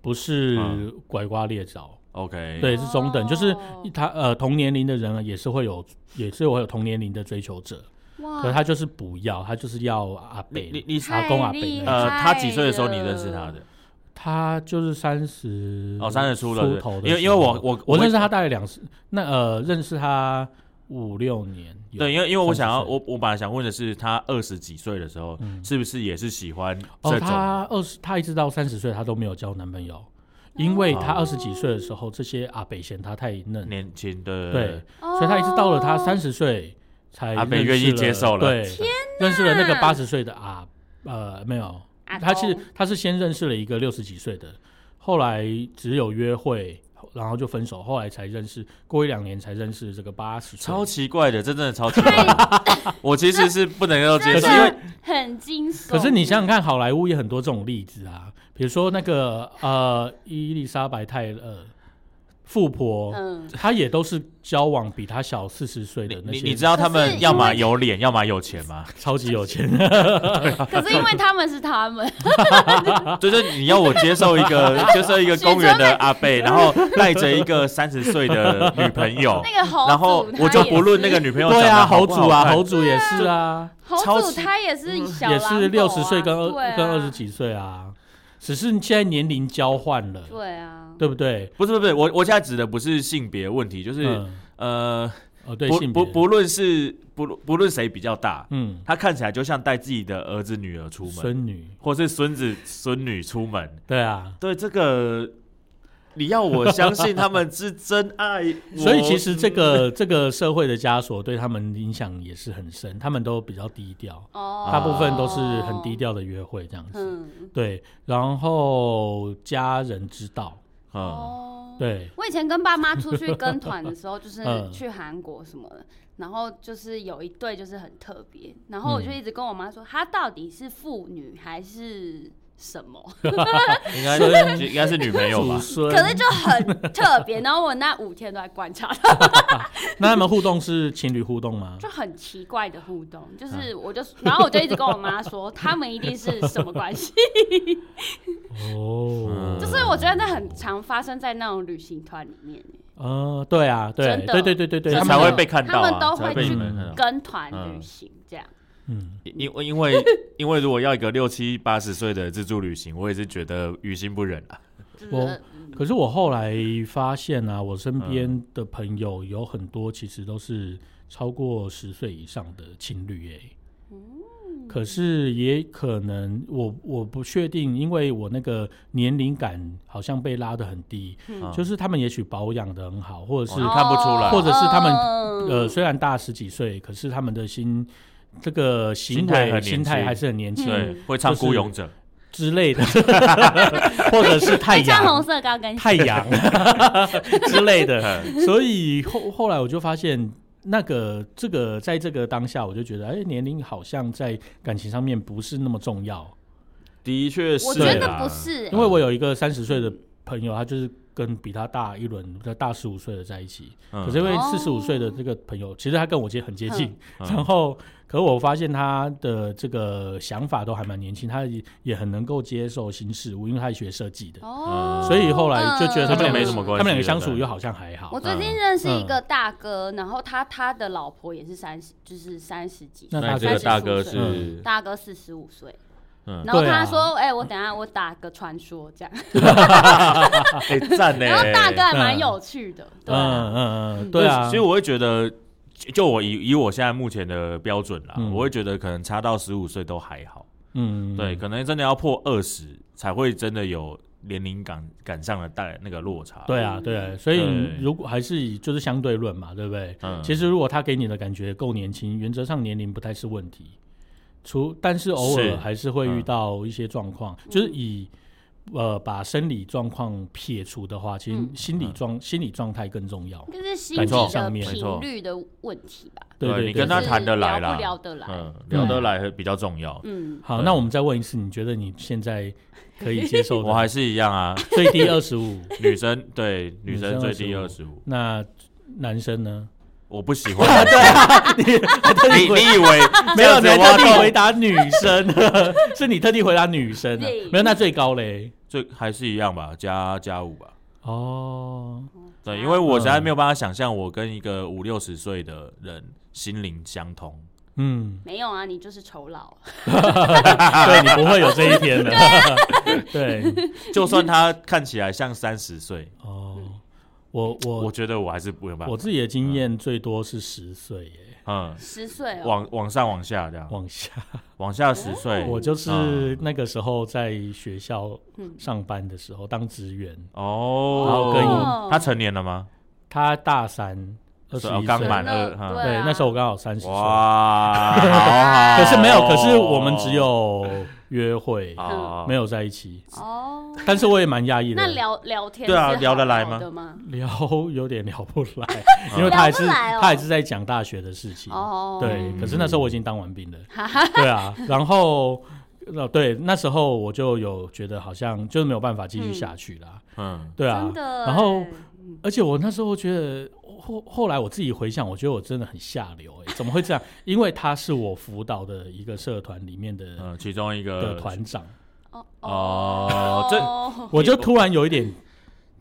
Speaker 1: 不是
Speaker 2: 嗯
Speaker 1: 拐瓜裂枣。
Speaker 2: OK，
Speaker 1: 对，是中等，就是
Speaker 3: 哦
Speaker 1: 他呃同年龄的人啊也是会有，也是会有同年龄的追求者，
Speaker 3: 哇
Speaker 1: 可是他就是不要，他就是要阿
Speaker 2: 你你
Speaker 1: 北，
Speaker 2: 你
Speaker 1: 阿公阿伯
Speaker 3: 太厉
Speaker 1: 那
Speaker 2: 呃，
Speaker 3: 害
Speaker 2: 他几岁的时候你认识他的
Speaker 3: 了？？
Speaker 1: 他就是三十
Speaker 2: 哦，三十出了，
Speaker 1: 出
Speaker 2: 对
Speaker 1: 头的时候，
Speaker 2: 因为因为我我
Speaker 1: 我认识
Speaker 2: 他。
Speaker 1: 他大概两十，那呃认识他五六年有，
Speaker 2: 对，因为因为我想要，
Speaker 1: 30岁嗯
Speaker 2: 我我本来想问的是，他二十几岁的时候，是不是也是喜欢
Speaker 1: 哦，
Speaker 2: 这种？
Speaker 1: 他二十，他一直到三十岁他都没有交男朋
Speaker 3: 哦
Speaker 1: 友，因为他
Speaker 2: 哦
Speaker 1: 二十几岁的时候，这些阿北嫌他太嫩，
Speaker 2: 年轻的
Speaker 1: 对，
Speaker 3: 哦
Speaker 1: 所以他一直到了他三十岁才
Speaker 2: 阿北
Speaker 1: 认识
Speaker 2: 愿意接受了
Speaker 1: 对，
Speaker 3: 天
Speaker 1: 认识了那个
Speaker 3: 哪
Speaker 1: 八十岁的阿，呃，没有，
Speaker 3: 阿
Speaker 1: 他其实
Speaker 3: 公
Speaker 1: 他是先认识了一个六十几岁的，后来只有约会，然后就分手，后来才认识，过一两年才认识这个八十岁，
Speaker 2: 超奇怪的，这真的超奇怪的。 我其实是不能够接
Speaker 1: 可
Speaker 2: 受
Speaker 1: 是，因为
Speaker 3: 很惊悚。
Speaker 1: 可是你想想看，好莱坞也很多这种例子啊，比如说那个呃伊丽莎白泰勒富婆，
Speaker 3: 嗯，
Speaker 1: 她也都是交往比她小四十岁
Speaker 2: 你
Speaker 1: 的那
Speaker 2: 你你
Speaker 1: 些
Speaker 2: 知道他
Speaker 3: 可是因
Speaker 2: 们
Speaker 3: 为
Speaker 2: 要么有脸，要么有钱吗？
Speaker 1: 超级有钱，
Speaker 3: 可是因为他们是 他们，
Speaker 2: 就是你要我接受一 个，接受一个公园的阿贝，然后带着一个三十岁 的女朋
Speaker 1: 哦
Speaker 2: 友，
Speaker 3: 那个猴
Speaker 2: 然后
Speaker 3: 子
Speaker 2: 我就不论那个女朋友长
Speaker 1: 对啊，
Speaker 2: 得好
Speaker 1: 侯
Speaker 2: 不
Speaker 1: 主
Speaker 2: 好哎
Speaker 1: 啊，
Speaker 2: 看
Speaker 1: 侯主也是啊，
Speaker 3: 猴
Speaker 2: 超
Speaker 3: 子
Speaker 2: 级
Speaker 3: 他也是小
Speaker 1: 也
Speaker 3: 狼狗啊
Speaker 1: 是六十岁跟
Speaker 3: 对啊
Speaker 1: 二跟二十几岁啊，只是现在年龄交换了，
Speaker 3: 对啊，
Speaker 1: 对不对？
Speaker 2: 不是不是不是，我我现在指的不是性别问题，就是
Speaker 1: 嗯
Speaker 2: 呃，
Speaker 1: 哦，对，
Speaker 2: 不
Speaker 1: 性别
Speaker 2: 不不论是不论不论谁比较大，
Speaker 1: 嗯，
Speaker 2: 他看起来就像带自己的儿子女儿出门，
Speaker 1: 孙女，
Speaker 2: 或是孙子孙女出门。
Speaker 1: 对啊，
Speaker 2: 对这个，你要我相信他们是真爱我， 嗯
Speaker 1: 所以其实这个这个社会的枷锁对他们影响也是很深，他们都比较低调，
Speaker 3: 哦，
Speaker 1: 大部分都是很低。调的约会这样子，
Speaker 3: 嗯，
Speaker 1: 对，然后家人知道，
Speaker 2: 嗯，
Speaker 3: 哦，
Speaker 1: 对，
Speaker 3: 我以前跟爸妈出去跟团的时候，就是
Speaker 1: 嗯
Speaker 3: 去韩国什么的，然后就是有一对就是很特别，然后我
Speaker 1: 嗯
Speaker 3: 就一直跟我妈说，她到底是妇女还是什么？
Speaker 2: 应该是应该是女朋友吧
Speaker 1: 祖？孙，
Speaker 3: 可是就很特别。然后我那五天都在观察她，
Speaker 1: 那他们互动是情侣互动 吗？
Speaker 3: 就很奇怪的互动，
Speaker 1: 嗯
Speaker 3: 就是我就，然后我就一直跟我妈说，他们一定是什么关系？
Speaker 1: 哦
Speaker 2: 嗯
Speaker 3: 就是我觉得那很常发生在那种旅行团里面。
Speaker 1: 呃，对啊，对，
Speaker 3: 真的
Speaker 1: 对对对对对，
Speaker 2: 所以
Speaker 1: 他
Speaker 3: 真
Speaker 1: 们
Speaker 2: 才
Speaker 3: 的
Speaker 2: 会被看到、啊，
Speaker 3: 他们都
Speaker 2: 才
Speaker 3: 会
Speaker 2: 被
Speaker 1: 去
Speaker 2: 你们看到。
Speaker 3: 跟团旅行这样。
Speaker 1: 嗯，
Speaker 2: 因为因为因为如果要一个六七八十岁的自助旅行，我也是觉得于心不忍啊。
Speaker 3: 就是
Speaker 1: 我
Speaker 3: 呃
Speaker 1: 可是我后来发现啊，我身边的朋友有很多其实都是超过十岁以上的情侣诶、可是也可能我我不确定，因为我那个年龄感好像被拉得很低，
Speaker 2: 嗯
Speaker 1: 就是他们也许保养的很好，或者是、
Speaker 2: 哦看不出来
Speaker 1: 或者是他们呃
Speaker 3: 嗯
Speaker 1: 虽然大十几岁，可是他们的心这个行
Speaker 2: 心态
Speaker 1: 为
Speaker 2: 很
Speaker 1: 心
Speaker 2: 年
Speaker 1: 态
Speaker 2: 轻
Speaker 1: 还是很年轻
Speaker 2: 对
Speaker 3: 嗯，
Speaker 2: 会唱《
Speaker 1: 就是
Speaker 2: 孤勇者》
Speaker 1: 之类的， 或者是太
Speaker 3: 会穿
Speaker 1: 阳
Speaker 3: 哎红色高跟鞋，
Speaker 1: 太 阳之类的，
Speaker 2: 哎嗯
Speaker 1: 所以后后来我就发现，那个这个在这个当下，我就觉得，哎、年龄好像在感情上面不是那么重要。
Speaker 2: 的确是啊，
Speaker 3: 我觉得不是
Speaker 1: 因为我有一个三十岁的朋友，他就是跟比他大一轮、比他大十五岁的在一起，
Speaker 2: 嗯，
Speaker 1: 可是因为
Speaker 3: 哦
Speaker 1: 四十五岁的这个朋友，其实他跟我接很接近，
Speaker 2: 嗯
Speaker 1: 然后可我发现他的这个想法都还蛮年轻，他也也很能够接受新事物，因为他是学设计的。
Speaker 3: 哦嗯
Speaker 1: 所以后来就觉得他
Speaker 2: 这
Speaker 1: 们两
Speaker 2: 就
Speaker 1: 个
Speaker 2: 嗯没什么关系
Speaker 1: 他们两个相
Speaker 2: 对
Speaker 1: 处
Speaker 2: 不对
Speaker 1: 又好像还好嗯
Speaker 3: 我。最近认识一个大哥，然后他他的老婆也是三十，就是三十几
Speaker 1: 那
Speaker 2: 那
Speaker 3: 岁，
Speaker 1: 大
Speaker 2: 你
Speaker 1: 哥
Speaker 2: 这个大哥
Speaker 3: 35
Speaker 2: 是
Speaker 3: 岁嗯大哥四十五岁，
Speaker 2: 嗯
Speaker 3: 然后
Speaker 1: 对啊
Speaker 3: 他说：“哎，我等下我打个传说这样。
Speaker 2: 哎赞”呢，
Speaker 3: 然后大哥还蛮有趣的，对啊，
Speaker 1: 嗯嗯嗯，对啊，
Speaker 2: 所以我会觉得，就就我以以我现在目前的标准啦，
Speaker 1: 嗯
Speaker 2: 我会觉得可能差到十五岁都还好，
Speaker 1: 嗯，
Speaker 2: 对，可能真的要破二十才会真的有年龄感感上的带那个落差。
Speaker 1: 对啊，对啊，所以
Speaker 2: 嗯对
Speaker 1: 如果还是以就是相对论嘛，对不对？
Speaker 2: 嗯
Speaker 1: 其实如果他给你的感觉够年轻，原则上年龄不太是问题，除但是偶
Speaker 2: 是
Speaker 1: 尔还是会遇
Speaker 2: 嗯
Speaker 1: 到一些状况，就是以呃把生理状况撇除的话，其实
Speaker 3: 嗯
Speaker 1: 心理状、心理状态更重要。
Speaker 3: 就是心
Speaker 1: 没
Speaker 3: 理
Speaker 1: 错
Speaker 3: 的
Speaker 1: 没
Speaker 2: 错
Speaker 3: 频率的问题吧，
Speaker 1: 对对对
Speaker 2: 你跟他
Speaker 3: 就是
Speaker 2: 谈得来
Speaker 3: 聊
Speaker 2: 啦，
Speaker 3: 不聊得来
Speaker 2: 嗯，
Speaker 1: 对
Speaker 2: 聊得来比较重要。
Speaker 3: 嗯，
Speaker 1: 好，
Speaker 2: 对
Speaker 1: 那我们再问一次，你觉得你现在可以接受的？
Speaker 2: 我还是一样啊，
Speaker 1: 最低二十五，
Speaker 2: 女生对
Speaker 1: 女
Speaker 2: 女
Speaker 1: 生
Speaker 2: 生最低二
Speaker 1: 25
Speaker 2: 十五，
Speaker 1: 那男生呢？
Speaker 2: 我不喜欢。
Speaker 1: 啊
Speaker 2: 你你以为
Speaker 1: 没有
Speaker 2: 这样
Speaker 1: 人
Speaker 2: 子
Speaker 1: 特
Speaker 2: 挖
Speaker 1: 地回
Speaker 2: 洞
Speaker 1: 答女 生，是你特地回答女生的、
Speaker 3: 对
Speaker 1: 没有，那最高嘞。
Speaker 2: 最还是一样吧，加加五吧。
Speaker 1: 哦，
Speaker 2: 对，因为我实在没有办法想象我跟一个五六十岁的人心灵相通。
Speaker 1: 嗯，
Speaker 3: 没有啊，你就是酬劳，
Speaker 1: 对你不会有这一天的。
Speaker 2: 啊
Speaker 1: 对，
Speaker 2: 就算他看起来像三十岁，
Speaker 1: 哦，我我
Speaker 2: 我觉得我还是没有办
Speaker 1: 我
Speaker 2: 法。
Speaker 1: 自己的经验最多是十岁耶，
Speaker 2: 嗯，
Speaker 3: 十岁哦，
Speaker 2: 往往上往下这样，
Speaker 1: 往下。
Speaker 2: 往下十岁。
Speaker 1: 我就是
Speaker 2: 嗯
Speaker 1: 那个时候在学校
Speaker 3: 嗯
Speaker 1: 上班的时候当职员，然后，
Speaker 2: 哦
Speaker 1: 跟
Speaker 2: 他成年了吗？
Speaker 1: 他大三，二十
Speaker 2: 是哦
Speaker 1: 一
Speaker 2: 刚
Speaker 1: 岁。
Speaker 2: 满二
Speaker 3: 那
Speaker 2: 哈
Speaker 1: 对，
Speaker 3: 啊
Speaker 1: 那时候我刚好三十岁。
Speaker 2: 哇，好
Speaker 1: 可
Speaker 2: 好
Speaker 1: 是没有，可是我们只有约会，
Speaker 2: 哦
Speaker 1: 没有在一起。
Speaker 3: 哦，
Speaker 1: 但是我也蛮讶异的。
Speaker 3: 那聊聊天
Speaker 2: 对啊
Speaker 3: 是
Speaker 2: 聊得来
Speaker 3: 好
Speaker 2: 吗
Speaker 3: 的吗？
Speaker 1: 聊有点聊不 来，因为他还是、
Speaker 3: 聊不来哦
Speaker 1: 他还是在讲大学的事情。
Speaker 3: 哦，
Speaker 1: 对，可是那时候我已经当完兵了。
Speaker 3: 哈哈，
Speaker 1: 对啊，然后呃对那时候我就有觉得好像就是没有办法继续下去啦。
Speaker 2: 嗯，
Speaker 1: 对啊
Speaker 3: 真，的欸，
Speaker 1: 然后而且我那时候觉得后后来我自己回想，我觉得我真的很下流哎、怎么会这样？因为他是我辅导的一个社团里面的、
Speaker 2: 嗯，其中一
Speaker 1: 的
Speaker 2: 个
Speaker 1: 团长，
Speaker 3: 哦
Speaker 2: 哦这
Speaker 3: 这
Speaker 1: 我就突然有一点。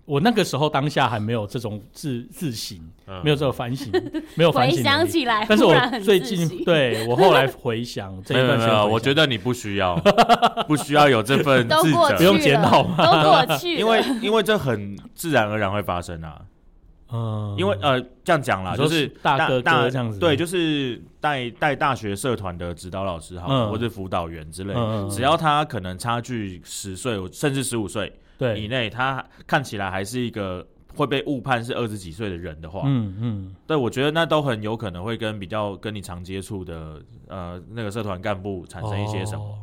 Speaker 1: 我那个时候当下还没有这种自自省，
Speaker 2: 嗯
Speaker 1: 没有这种反 省，没有反省能力。
Speaker 3: 回想起来，
Speaker 1: 但是
Speaker 3: 忽
Speaker 1: 我
Speaker 3: 然很
Speaker 1: 最
Speaker 3: 自
Speaker 1: 近
Speaker 3: 省
Speaker 1: 对我后来回想这
Speaker 2: 没
Speaker 1: 一
Speaker 2: 有
Speaker 1: 段
Speaker 2: 没
Speaker 1: 时间，
Speaker 2: 有，我觉得你不需要， 不需要有这份
Speaker 3: 都
Speaker 2: 自
Speaker 3: 过去
Speaker 1: 不用
Speaker 2: 责，
Speaker 3: 了
Speaker 1: 检讨嘛
Speaker 3: 都 过去了，
Speaker 2: 因为因为这很自然而然会发生啊。
Speaker 1: 嗯，
Speaker 2: 因为呃，这样讲啦，
Speaker 1: 你说
Speaker 2: 就是
Speaker 1: 大
Speaker 2: 大
Speaker 1: 哥哥
Speaker 2: 大
Speaker 1: 这样子
Speaker 2: 对，就是带带大学社团的指导老师好了，
Speaker 1: 嗯
Speaker 2: 或者辅导员之类
Speaker 1: 嗯嗯嗯，
Speaker 2: 只要他可能差距十岁甚至十五岁以
Speaker 1: 对，
Speaker 2: 内，他看起来还是一个会被误判是二十几岁的人的话，
Speaker 1: 嗯嗯，
Speaker 2: 对我觉得那都很有可能会跟比较跟你常接触的呃那个社团干部产生一些什么。
Speaker 1: 哦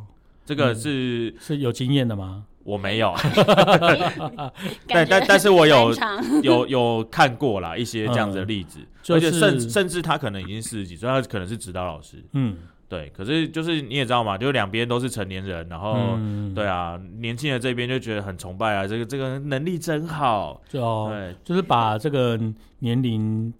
Speaker 2: 这个
Speaker 1: 嗯
Speaker 2: 是
Speaker 1: 是有经验的吗？
Speaker 2: 我没有，
Speaker 3: 感
Speaker 2: 但
Speaker 3: 觉
Speaker 2: 但但是我有
Speaker 3: 很长
Speaker 2: 有有看过啦一些这样子的
Speaker 1: 嗯
Speaker 2: 例子，
Speaker 1: 就
Speaker 2: 而且甚
Speaker 1: 是
Speaker 2: 甚至他可能已经四十几岁，他可能是指导老师，
Speaker 1: 嗯，
Speaker 2: 对。可是就是你也知道嘛，就是两边都是成年人，然后、
Speaker 1: 嗯，
Speaker 2: 对啊，年轻人这边就觉得很崇拜啊，这个这个能力真好，
Speaker 1: 就哦
Speaker 2: 对，
Speaker 1: 就是把这个年龄，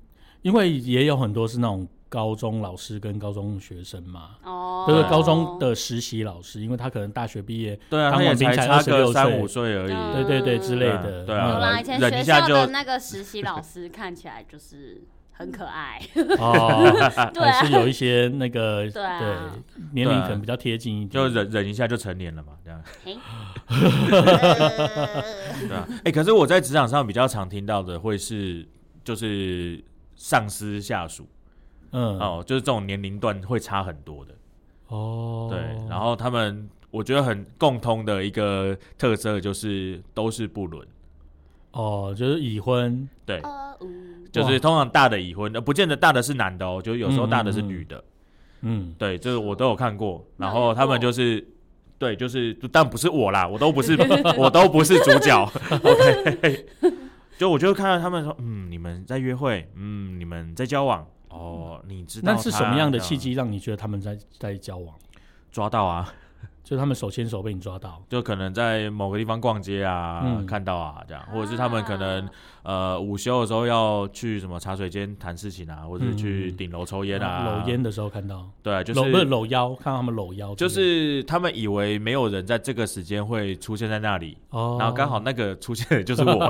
Speaker 1: 因为也有很多是那种高中老师跟高中学生嘛。
Speaker 3: 哦，
Speaker 1: 就是高中的实习老师，因为他可能大学毕业，
Speaker 2: 对啊，
Speaker 1: 当
Speaker 2: 他也
Speaker 1: 完兵
Speaker 2: 才
Speaker 1: 才
Speaker 2: 差个
Speaker 1: 26岁
Speaker 2: 三五岁而已，
Speaker 3: 嗯
Speaker 1: 对对对之类
Speaker 2: 对啊
Speaker 1: 的，嗯
Speaker 2: 对
Speaker 3: 有
Speaker 2: 啊
Speaker 3: 啦，以前
Speaker 2: 忍
Speaker 3: 学
Speaker 2: 一下
Speaker 3: 校
Speaker 2: 就
Speaker 3: 的那个实习老师看起来就是很可爱，
Speaker 1: 哦，
Speaker 3: 对啊
Speaker 1: 还是有一些那个
Speaker 3: 对啊
Speaker 1: 年龄
Speaker 2: 对啊
Speaker 1: 可能比较贴近一点，
Speaker 2: 就忍忍一下就成年了嘛，这样。
Speaker 3: 嘿
Speaker 2: 对啊，哎、可是我在职场上比较常听到的会是，就是上司下属、
Speaker 1: 嗯
Speaker 2: 哦，就是这种年龄段会差很多的。
Speaker 1: 哦，
Speaker 2: 对，然后他们我觉得很共通的一个特色就是都是不伦。
Speaker 1: 哦，就是已婚，
Speaker 2: 对，
Speaker 3: 呃嗯
Speaker 2: 就是通常大的已婚，呃，不见得大的是男的哦，就有时候大的是女的。
Speaker 1: 嗯，
Speaker 2: 对，这个我都有看过。
Speaker 3: 那
Speaker 2: 然
Speaker 3: 有
Speaker 2: 后他
Speaker 3: 过
Speaker 2: 们就是，对，就是，但不是我啦，我都不是，我都不是主角。OK，就我就看到他们说，嗯，你们在约会，嗯，你们在交往，哦，你知道
Speaker 1: 那是什么
Speaker 2: 他
Speaker 1: 样的
Speaker 2: 这
Speaker 1: 契机让你觉得他们在在交往？
Speaker 2: 抓到啊？
Speaker 1: 就是他们手牵手被你抓到，
Speaker 2: 就可能在某个地方逛街啊，
Speaker 1: 嗯
Speaker 2: 看到啊，这样，或者是他们可能、
Speaker 3: 啊
Speaker 2: 呃午休的时候要去什么茶水间谈事情啊，或者是去
Speaker 1: 嗯
Speaker 2: 顶楼抽烟啊，
Speaker 1: 搂烟，的时候看到，
Speaker 2: 对，啊就
Speaker 1: 搂不是
Speaker 2: 是。
Speaker 1: 搂腰，看到他们搂腰之类
Speaker 2: 就
Speaker 1: 的，
Speaker 2: 是他们以为没有人在这个时间会出现在那里，
Speaker 1: 哦，
Speaker 2: 然后刚好，那个出现的就 是我，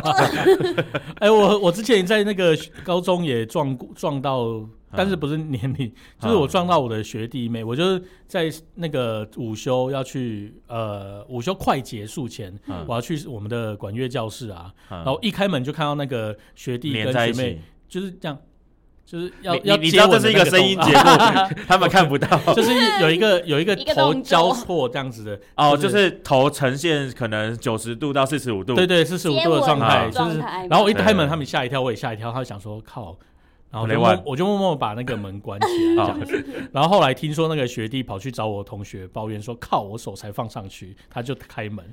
Speaker 1: 哎，我我之前在那个高中也撞过撞到。
Speaker 2: 啊
Speaker 1: 但是不是年龄，就是我撞到我的学弟妹，我就是在那个午休要去，呃，午休快结束前，
Speaker 2: 嗯
Speaker 1: 我要去我们的管乐教室啊，
Speaker 2: 然
Speaker 1: 然后一开门就看到那个学弟
Speaker 2: 连
Speaker 1: 跟
Speaker 2: 在一
Speaker 1: 学妹
Speaker 2: 起。
Speaker 1: 就是这样，就是要
Speaker 2: 你
Speaker 1: 要
Speaker 2: 你你知
Speaker 1: 接
Speaker 2: 道
Speaker 1: 吻的
Speaker 2: 这是一
Speaker 1: 那
Speaker 2: 个声音
Speaker 1: 动
Speaker 2: 节目， 他们看不到
Speaker 1: 作就是有一个有一个
Speaker 3: 一个
Speaker 1: 头
Speaker 3: 动
Speaker 1: 交
Speaker 3: 作
Speaker 1: 错这样子的
Speaker 2: 哦，
Speaker 1: 就
Speaker 2: 就是是头呈现可能九十度到四十五度，
Speaker 1: 对对四十五
Speaker 3: 接
Speaker 1: 度的
Speaker 3: 吻
Speaker 1: 状
Speaker 2: 的
Speaker 1: 态，就
Speaker 3: 状
Speaker 1: 是
Speaker 3: 态
Speaker 1: 然后我一
Speaker 2: 嘛
Speaker 1: 开门，
Speaker 2: 对
Speaker 1: 他们吓一跳，我也吓一跳，他就想说靠。然后我就
Speaker 2: 雷
Speaker 1: 默
Speaker 2: 万
Speaker 1: 我就默默把那个门关起 来，这样子。然后后来听说那个学弟跑去找我同学抱怨说：“靠，我手才放上去，他就开 门。”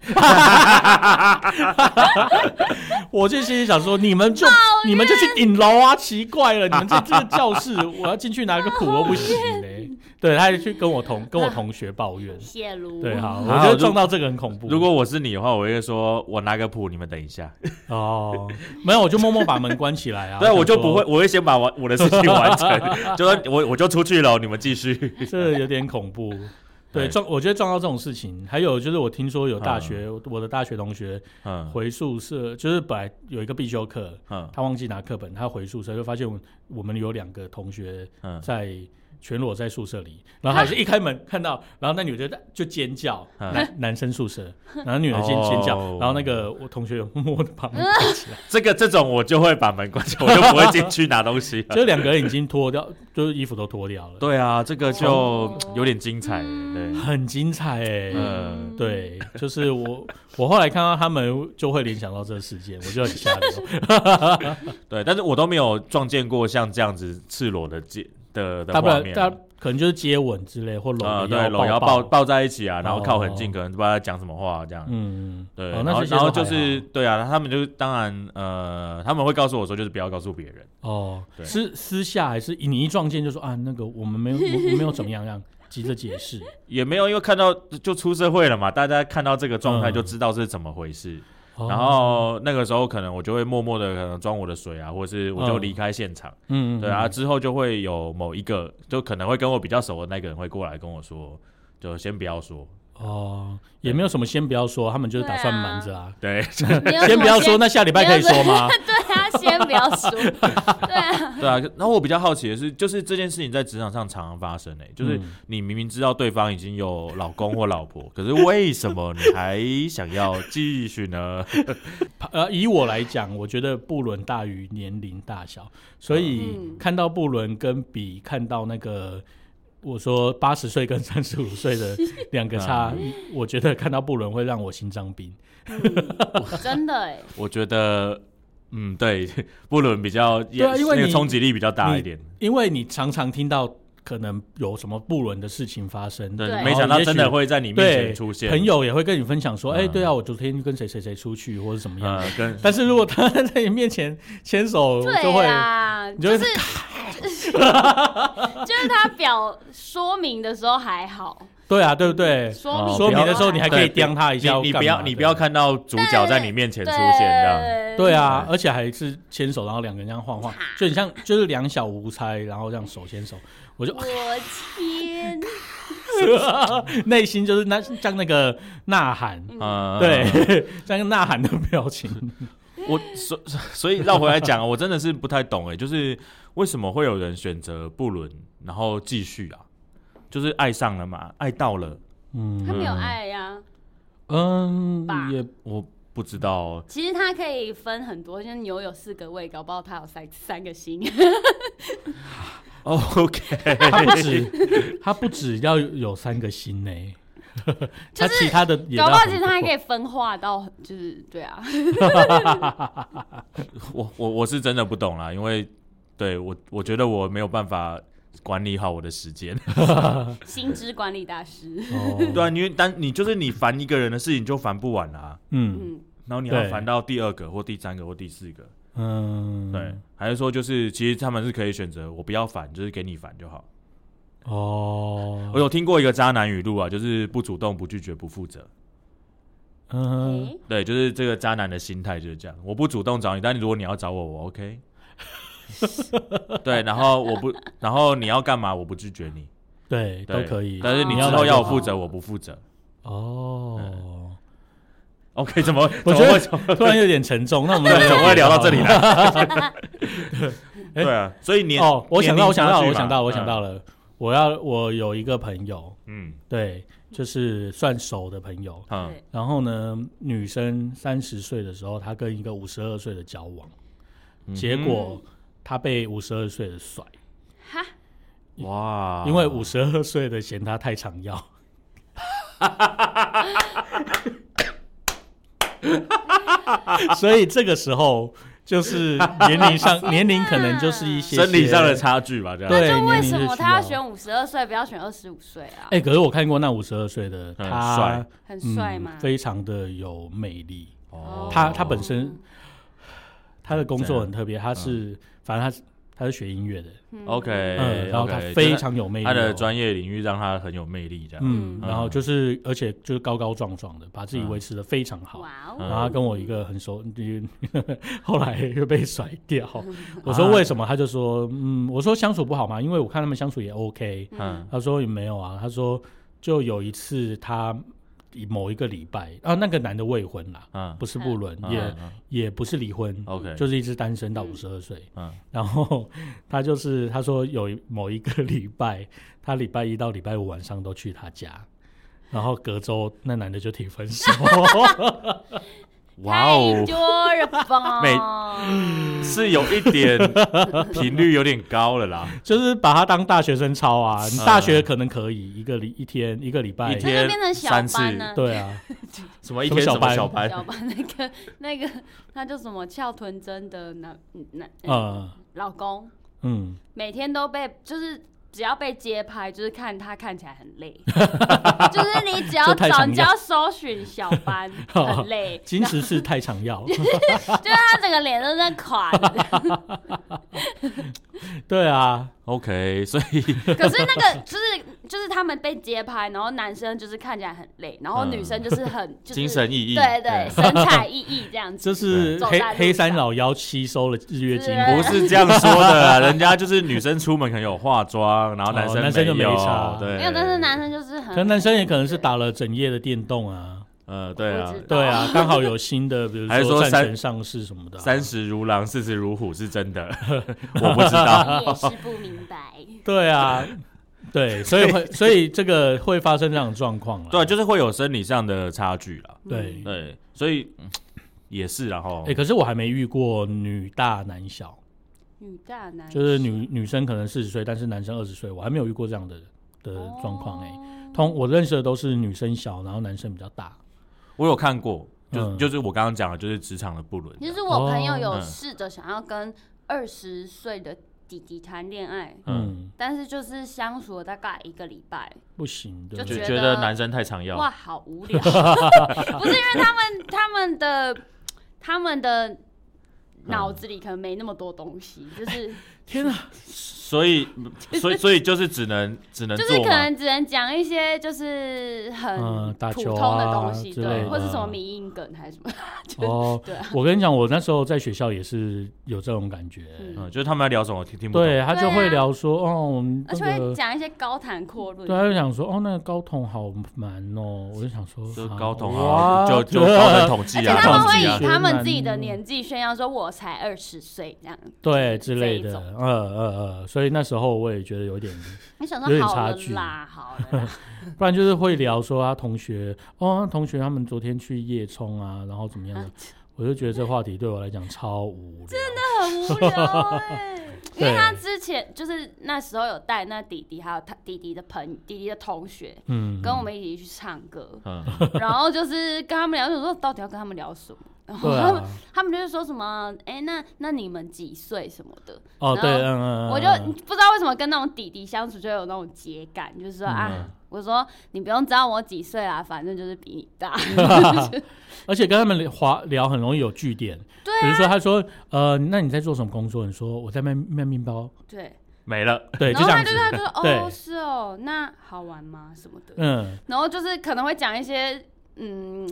Speaker 1: 我就心里想说：“你们就你们就去顶楼啊，奇怪了，你们这这个教室，我要进去拿个苦都不行嘞。”对，他还去跟我同跟我同学抱怨。
Speaker 3: 谢卢，
Speaker 1: 对，好，我
Speaker 2: 好
Speaker 1: 觉得
Speaker 2: 如
Speaker 1: 撞到这个很恐怖。
Speaker 2: 如果我是你的话，我会说，我拿个谱，你们等一下。
Speaker 1: 哦，没有，我就默默把门关起来啊。
Speaker 2: 对，我
Speaker 1: 想
Speaker 2: 就不会，
Speaker 1: 说，
Speaker 2: 我会先把我我的事情完 成，就说我我就出去了，你们继续。
Speaker 1: 这有点恐怖。对，
Speaker 2: 对
Speaker 1: 撞，我觉得撞到这种事情，还有就是我听说有大学，我的大学同学
Speaker 2: 嗯
Speaker 1: 回宿舍，就是本来有一个必修课，
Speaker 2: 嗯
Speaker 1: 他忘记拿课本，他回宿舍就发现我我们有两个同学
Speaker 2: 嗯
Speaker 1: 在全裸在宿舍里，然后还是一开门看到，然后那女的就就尖叫，
Speaker 2: 嗯
Speaker 1: 男男生宿舍，然后女的尖尖叫
Speaker 2: 哦，
Speaker 1: 然后那个我同学默默的把门关起来，
Speaker 2: 这个这种我就会把门关起来，我就不会进去拿东西 了。
Speaker 1: 就两个人已经脱掉，就是衣服都脱掉了，
Speaker 2: 对啊，这个就
Speaker 3: 哦
Speaker 2: 有点精彩了，
Speaker 3: 嗯
Speaker 1: 很精彩哎、
Speaker 2: 对，呃，
Speaker 1: 对，就是我，我后来看到他们就会联想到这个事件，我就很吓到。
Speaker 2: 对，但是我都没有撞见过像这样子赤裸的接的的
Speaker 1: 大不
Speaker 2: 画
Speaker 1: 了
Speaker 2: 面。
Speaker 1: 大可能就是接吻之类，或
Speaker 2: 呃，
Speaker 1: 搂
Speaker 2: 对，
Speaker 1: 个
Speaker 2: 搂
Speaker 1: 腰
Speaker 2: 腰
Speaker 1: 抱
Speaker 2: 抱
Speaker 1: 抱。
Speaker 2: 抱在一起啊，然后靠很近，
Speaker 1: 哦
Speaker 2: 可能不知道在讲什么话这样。
Speaker 1: 嗯，
Speaker 2: 对，
Speaker 1: 哦
Speaker 2: 然
Speaker 1: 那
Speaker 2: 后
Speaker 1: 这些
Speaker 2: 然后
Speaker 1: 都还
Speaker 2: 就是对啊，他们就当然呃，他们会告诉我说，就是不要告诉别人。
Speaker 1: 好哦，
Speaker 2: 对
Speaker 1: 私私下还是你一撞见就说啊，那个我们没有，我我没有怎么样，让急着解 释。
Speaker 2: 也没有，因为看到就出社会了嘛，大家看到这个状态
Speaker 1: 嗯
Speaker 2: 就知道是怎么回事。
Speaker 1: 哦
Speaker 2: 然后那个时候可能我就会默默的可能装我的水啊，或者是我就
Speaker 1: 嗯
Speaker 2: 离开现场。
Speaker 1: 嗯，嗯
Speaker 2: 对啊，
Speaker 1: 嗯
Speaker 2: 之后就会有某一个，就可能会跟我比较熟的那个人会过来跟我说，就先不要说，
Speaker 1: 哦，也没有什么，先不要说，他们就是打算瞒着啊。
Speaker 2: 对
Speaker 3: 你有什么
Speaker 1: 先不要说，那下礼拜可以说吗？
Speaker 3: 对啊，先不要 说，对啊，
Speaker 2: 对啊。然后我比较好奇的是，就是这件事情在职场上常常发生诶、欸就是
Speaker 1: 嗯
Speaker 2: 你明明知道对方已经有老公或老婆，可是为什么你还想要继续呢？
Speaker 1: 呃，以我来讲，我觉得布伦大于年龄大小，所以
Speaker 3: 嗯
Speaker 1: 看到布伦跟比看到那个，我说八十岁跟三十五岁的两个差，
Speaker 2: 啊
Speaker 1: 我觉得看到布伦会让我心脏病。
Speaker 3: 真的哎，
Speaker 2: 我觉得，嗯，对，布伦比较，
Speaker 1: 对啊因为
Speaker 2: 那个
Speaker 1: 你
Speaker 2: 冲击力比较大一点。
Speaker 1: 因为你常常听到可能有什么布伦的事情发生，
Speaker 2: 对，
Speaker 3: 对
Speaker 2: 没想到真的
Speaker 1: 然后
Speaker 2: 会在你
Speaker 1: 也许
Speaker 2: 面前
Speaker 1: 对
Speaker 2: 出现
Speaker 1: 朋，友也会跟你分享说，哎、
Speaker 2: 嗯
Speaker 1: 对啊，我昨天跟谁谁谁出去或者怎么样。
Speaker 2: 呃， 跟
Speaker 1: 但是如果他在你面前牵手，就
Speaker 3: 对啊
Speaker 1: 会
Speaker 3: 啦，
Speaker 1: 你就
Speaker 3: 就
Speaker 1: 会
Speaker 3: 是就是他表说明的时候还好，
Speaker 1: 对啊，对不对？
Speaker 3: 说
Speaker 2: 哦
Speaker 3: 明
Speaker 1: 说
Speaker 2: 不要
Speaker 1: 明的时候你还可以
Speaker 2: 对
Speaker 1: 刁他一下
Speaker 2: 你
Speaker 1: 或
Speaker 2: 你
Speaker 1: 干
Speaker 2: 不要
Speaker 1: 嘛
Speaker 2: 你
Speaker 1: 的
Speaker 2: 不要看到主角在你面前出现这样。
Speaker 3: 对
Speaker 1: 对啊，
Speaker 2: 嗯
Speaker 1: 而且还是牵手，然后两个人这样 晃晃，就很像就是两小无猜，然后这样手牵手，我 就
Speaker 3: 我天，
Speaker 1: 内心就是那像那个呐喊，
Speaker 2: 嗯，
Speaker 1: 对， 像个呐喊的表 情。
Speaker 2: 我所 所以绕回来讲，我真的是不太懂哎，就是为什么会有人选择不伦，然后继续啊？就是爱上了嘛，爱到了，
Speaker 3: 他
Speaker 1: 嗯
Speaker 3: 没有爱啊呀。
Speaker 1: 嗯
Speaker 3: 吧，
Speaker 1: 也
Speaker 2: 我不知道哦
Speaker 3: 其实它可以分很多，像牛有四个胃，搞不好它有三三个心。
Speaker 2: 哦 OK，
Speaker 1: 他不止他不止要有三个心呢、 他其他的也
Speaker 3: 搞不好
Speaker 1: 要
Speaker 3: 其
Speaker 1: 很
Speaker 3: 实它还
Speaker 1: 多
Speaker 3: 可以分化到，就是对啊，
Speaker 2: 我我我是真的不懂啦，因为对我我觉得我没有办法管理好我的时间。
Speaker 3: 心智管理大师。
Speaker 1: 哦，
Speaker 2: 对啊，因为当你就是你烦一个人的事情就烦不完啦、啊
Speaker 1: 嗯
Speaker 3: 嗯，
Speaker 2: 然后你要
Speaker 1: 对
Speaker 2: 烦到第二个或第三个或第四个，
Speaker 1: 嗯，
Speaker 2: 对，还是说就是其实他们是可以选择我不要烦，就是给你烦就好。
Speaker 1: 哦
Speaker 2: 我，有听过一个渣男语录啊，就是不主动、不拒绝、不负责。
Speaker 1: 嗯，
Speaker 3: 诶
Speaker 2: 对，就是这个渣男的心态就是这样，我不主动找你，但如果你要找我，我 OK。对，然后我不，然后你要干嘛，我不拒绝你，
Speaker 1: 对，
Speaker 2: 对
Speaker 1: 都可以。
Speaker 2: 但是你
Speaker 1: 你
Speaker 2: 之
Speaker 1: 要
Speaker 2: 后
Speaker 1: 来
Speaker 2: 要
Speaker 1: 就
Speaker 2: 我
Speaker 1: 好
Speaker 2: 负嗯责，我不负责。
Speaker 1: 哦，
Speaker 2: OK，怎么？
Speaker 1: 我觉
Speaker 2: 怎么
Speaker 1: 得
Speaker 2: 会怎么
Speaker 1: 突然有点沉重，那我们
Speaker 2: 对怎么会聊到这里
Speaker 1: 来？
Speaker 2: 来？
Speaker 1: 哎
Speaker 2: 对啊，所以你
Speaker 1: 哦，我想到，我想到，我想到，我想，
Speaker 2: 年龄差距嘛
Speaker 1: 到了，我要我有一个朋友，
Speaker 2: 嗯
Speaker 1: 对，就是算熟的朋友。
Speaker 2: 嗯
Speaker 3: 对
Speaker 1: 然后呢，女生三十岁的时候，她跟一个五十二岁的交往，
Speaker 2: 嗯，
Speaker 1: 结果她被五十二岁的甩，
Speaker 3: 哈，
Speaker 2: 哇，
Speaker 1: 因为五十二岁的嫌她太常 要。所以这个时候就是年龄上， 年龄可能就是一些
Speaker 2: 生理上
Speaker 1: 些
Speaker 2: 的差距吧，这样
Speaker 1: 对
Speaker 3: 就为
Speaker 1: 年龄
Speaker 3: 什
Speaker 1: 是
Speaker 3: 么
Speaker 1: 需
Speaker 3: 他要
Speaker 1: 要
Speaker 3: 选五十二岁，不要选二十五岁啊？
Speaker 1: 哎、可是我看过那五十二岁的，
Speaker 2: 很
Speaker 1: 他
Speaker 2: 帅
Speaker 3: 很
Speaker 1: 嗯
Speaker 3: 帅吗？
Speaker 1: 非常的有魅力。
Speaker 2: 哦嗯
Speaker 1: 他他本身他的工作很特别，他是、反正他是他是学音乐的，
Speaker 2: OK，
Speaker 1: 嗯，然后他
Speaker 2: 嗯哎 OK，
Speaker 1: 非
Speaker 2: 就是
Speaker 1: 常有魅力哦，
Speaker 2: 他的专业领域让他很有魅力，这样。
Speaker 1: 嗯，
Speaker 2: 嗯
Speaker 1: 然后就是而且就是高高壮壮的，把自己维持的非常好。
Speaker 3: 哇
Speaker 2: 嗯
Speaker 1: 然
Speaker 3: 哦，
Speaker 1: 后他跟我一个很熟， 后来又被甩 掉。我说为什么？他就说，嗯，我说相处不好嘛，因为我看他们相处也 OK。
Speaker 2: 嗯
Speaker 1: 他说也没有啊，他说就有一次他某一个礼拜啊，那个男的未婚啦，
Speaker 2: 嗯，
Speaker 1: 不是不伦，
Speaker 2: 嗯
Speaker 1: 也
Speaker 2: 嗯
Speaker 1: 也不是离婚，
Speaker 2: OK，
Speaker 1: 就是一直单身到五十二岁。
Speaker 2: 嗯
Speaker 1: 然后他就是他说有一某一个礼拜，他礼拜一到礼拜五晚上都去他家，然后隔周那男的就提分手。
Speaker 2: 哇哦
Speaker 3: 太，多 了吧？
Speaker 2: 是有一点频率有点高了啦，
Speaker 1: 就是把他当大学生抄啊，你
Speaker 2: 嗯
Speaker 1: 大学可能可以一个礼一天一个礼拜
Speaker 2: 一，天
Speaker 3: 那就变成小
Speaker 2: 三
Speaker 3: 班
Speaker 2: 次
Speaker 3: 呢、
Speaker 1: 对 啊，
Speaker 2: 什么一
Speaker 1: 什么
Speaker 2: 天
Speaker 1: 小
Speaker 2: 什么
Speaker 1: 班
Speaker 2: 小班，
Speaker 3: 小班那个那个，他叫什么翘臀真的男男、
Speaker 1: 嗯
Speaker 3: 老公，
Speaker 1: 嗯，
Speaker 3: 每天都被就是只要被街拍，就是看他看起来很 累，就是你只要
Speaker 1: 这太哦
Speaker 3: 找，
Speaker 1: 常
Speaker 3: 你只要搜寻小 班很累，
Speaker 1: 金石是太常要，
Speaker 3: 就是他整个脸都在垮的。
Speaker 1: 对啊，
Speaker 2: OK，所 以
Speaker 3: 可是那个就是就是他们被街拍，然后男生就是看起来很累，然后
Speaker 2: 嗯
Speaker 3: 女生就是很、 就是
Speaker 2: 精神意义，
Speaker 3: 对对神采奕奕这样子，
Speaker 1: 这是黑
Speaker 3: 对走在路上
Speaker 1: 黑山老妖吸收了日月精华，
Speaker 2: 不是这啊样说的啦，人家就是女生出门可能有化妆，然后男
Speaker 1: 哦
Speaker 2: 生
Speaker 1: 男生就
Speaker 2: 没有
Speaker 1: 没差
Speaker 2: 对，
Speaker 3: 没有，但是男生就是很
Speaker 1: 可能男生也可能是打了整夜的电动啊，
Speaker 2: 呃，对啊
Speaker 3: 我知，道
Speaker 1: 对 啊，刚好有新的，比如
Speaker 2: 还是说
Speaker 1: 说
Speaker 2: 三
Speaker 1: 战神上市什么的啊，
Speaker 2: 三十如狼，四十如虎是真 的，我不知 道。
Speaker 3: 也是不明白。
Speaker 1: 对 啊，对，所以会，所以这个会发生这样的状况啊了。
Speaker 2: 对，啊就是会有生理上的差距啦。
Speaker 1: 对，
Speaker 2: 对，所以嗯也是然后
Speaker 1: 哎、可是我还没遇过女大男小，
Speaker 3: 女大男
Speaker 1: 就是女女生可能四十岁，但是男生二十岁，我还没有遇过这样的的状况哎。
Speaker 3: 哎
Speaker 1: 通我认识的都是女生小，然后男生比较大。
Speaker 2: 我有看过，就
Speaker 1: 嗯
Speaker 2: 就是我刚刚讲的，就是职场的不伦。
Speaker 3: 其实我朋友
Speaker 2: 哦
Speaker 3: 有
Speaker 2: 嗯
Speaker 3: 试着想要跟二十岁的弟弟谈恋爱，
Speaker 2: 嗯
Speaker 1: 嗯，
Speaker 3: 但是就是相处了大概一个礼拜，
Speaker 1: 不行，对
Speaker 3: 就
Speaker 1: 不
Speaker 2: 就
Speaker 1: 对？
Speaker 3: 觉
Speaker 2: 觉
Speaker 3: 得
Speaker 2: 得男生太常
Speaker 3: 哇，
Speaker 2: 要，
Speaker 3: 好无聊。 不是因为他们他们的他们的脑子里可能没那么多东西，就是
Speaker 1: 天啊，
Speaker 2: 所 以所以所以就是只能只能
Speaker 3: 就是
Speaker 2: 做
Speaker 3: 可
Speaker 2: 嘛。
Speaker 3: 能只能讲一些就是很
Speaker 1: 嗯打
Speaker 3: 普
Speaker 1: 球
Speaker 3: 通的
Speaker 1: 啊
Speaker 3: 东西，
Speaker 1: 之类
Speaker 3: 对，
Speaker 1: 的
Speaker 3: 或是什么迷因梗还是什么，就是
Speaker 1: 哦
Speaker 3: 对啊，
Speaker 1: 我跟你讲，我那时候在学校也是有这种感觉。
Speaker 3: 嗯
Speaker 2: 嗯，就是他们要聊什么我听听不懂。
Speaker 1: 对他就
Speaker 3: 对啊
Speaker 1: 会聊说，哦，我们
Speaker 3: 而且
Speaker 1: 那
Speaker 3: 会
Speaker 1: 个，
Speaker 3: 讲一些高谈阔
Speaker 1: 对，
Speaker 3: 论。
Speaker 1: 他就想说，哦，那个高筒好难哦，我就想说，
Speaker 2: 就是
Speaker 1: 啊
Speaker 2: 高统
Speaker 1: 哇
Speaker 2: 啊，就就高等统计
Speaker 3: 而且
Speaker 2: 啊，
Speaker 3: 他们
Speaker 2: 统
Speaker 3: 会
Speaker 2: 计啊
Speaker 3: 以他们自己
Speaker 1: 学
Speaker 3: 的
Speaker 1: 男
Speaker 3: 年纪炫耀说：“我才二十岁。”这样
Speaker 1: 对之类
Speaker 3: 这
Speaker 1: 的，
Speaker 3: 一种
Speaker 1: 呃呃呃，所以那时候我也觉得有点，
Speaker 3: 你哎想
Speaker 1: 有
Speaker 3: 说
Speaker 1: 点
Speaker 3: 好
Speaker 1: 差
Speaker 3: 了
Speaker 1: 距
Speaker 3: 啦，好了啦，
Speaker 1: 不然就是会聊说他同学，哦，他同学他们昨天去夜冲啊，然后怎么样的，我就觉得这话题对我来讲超无聊，
Speaker 3: 很无聊哎、 因
Speaker 1: 对
Speaker 3: 为他之前就是那时候有带那弟弟，还有他弟弟的朋弟弟的同学
Speaker 1: 嗯，
Speaker 3: 跟我们一起去唱歌，
Speaker 2: 嗯，
Speaker 3: 然后就是跟他们聊，我想说到底要跟他们聊什么？然后
Speaker 1: 对
Speaker 3: 他们、
Speaker 1: 啊，
Speaker 3: 他们就是说什么，哎、那那你们几岁什么的，
Speaker 1: 哦
Speaker 3: 然后
Speaker 1: 对，嗯嗯，嗯
Speaker 3: 我就
Speaker 1: 嗯
Speaker 3: 不知道为什么跟那种弟弟相处就有那种节感，就是说
Speaker 1: 嗯
Speaker 3: 啊，我说你不用知道我几岁啊，反正就是比你大。
Speaker 1: 而且跟他们聊话聊很容易有据点，
Speaker 3: 对啊
Speaker 1: 比如说他说，呃，那你在做什么工作？你说我在卖卖面包，
Speaker 3: 对，
Speaker 2: 没了。
Speaker 1: 对， 就
Speaker 3: 然后
Speaker 1: 这
Speaker 3: 他
Speaker 1: 样
Speaker 3: 就
Speaker 1: 子，
Speaker 3: 他就说 哦
Speaker 1: 对
Speaker 3: 是哦，那好玩吗什么的，
Speaker 1: 嗯，
Speaker 3: 然后就是可能会讲一些嗯，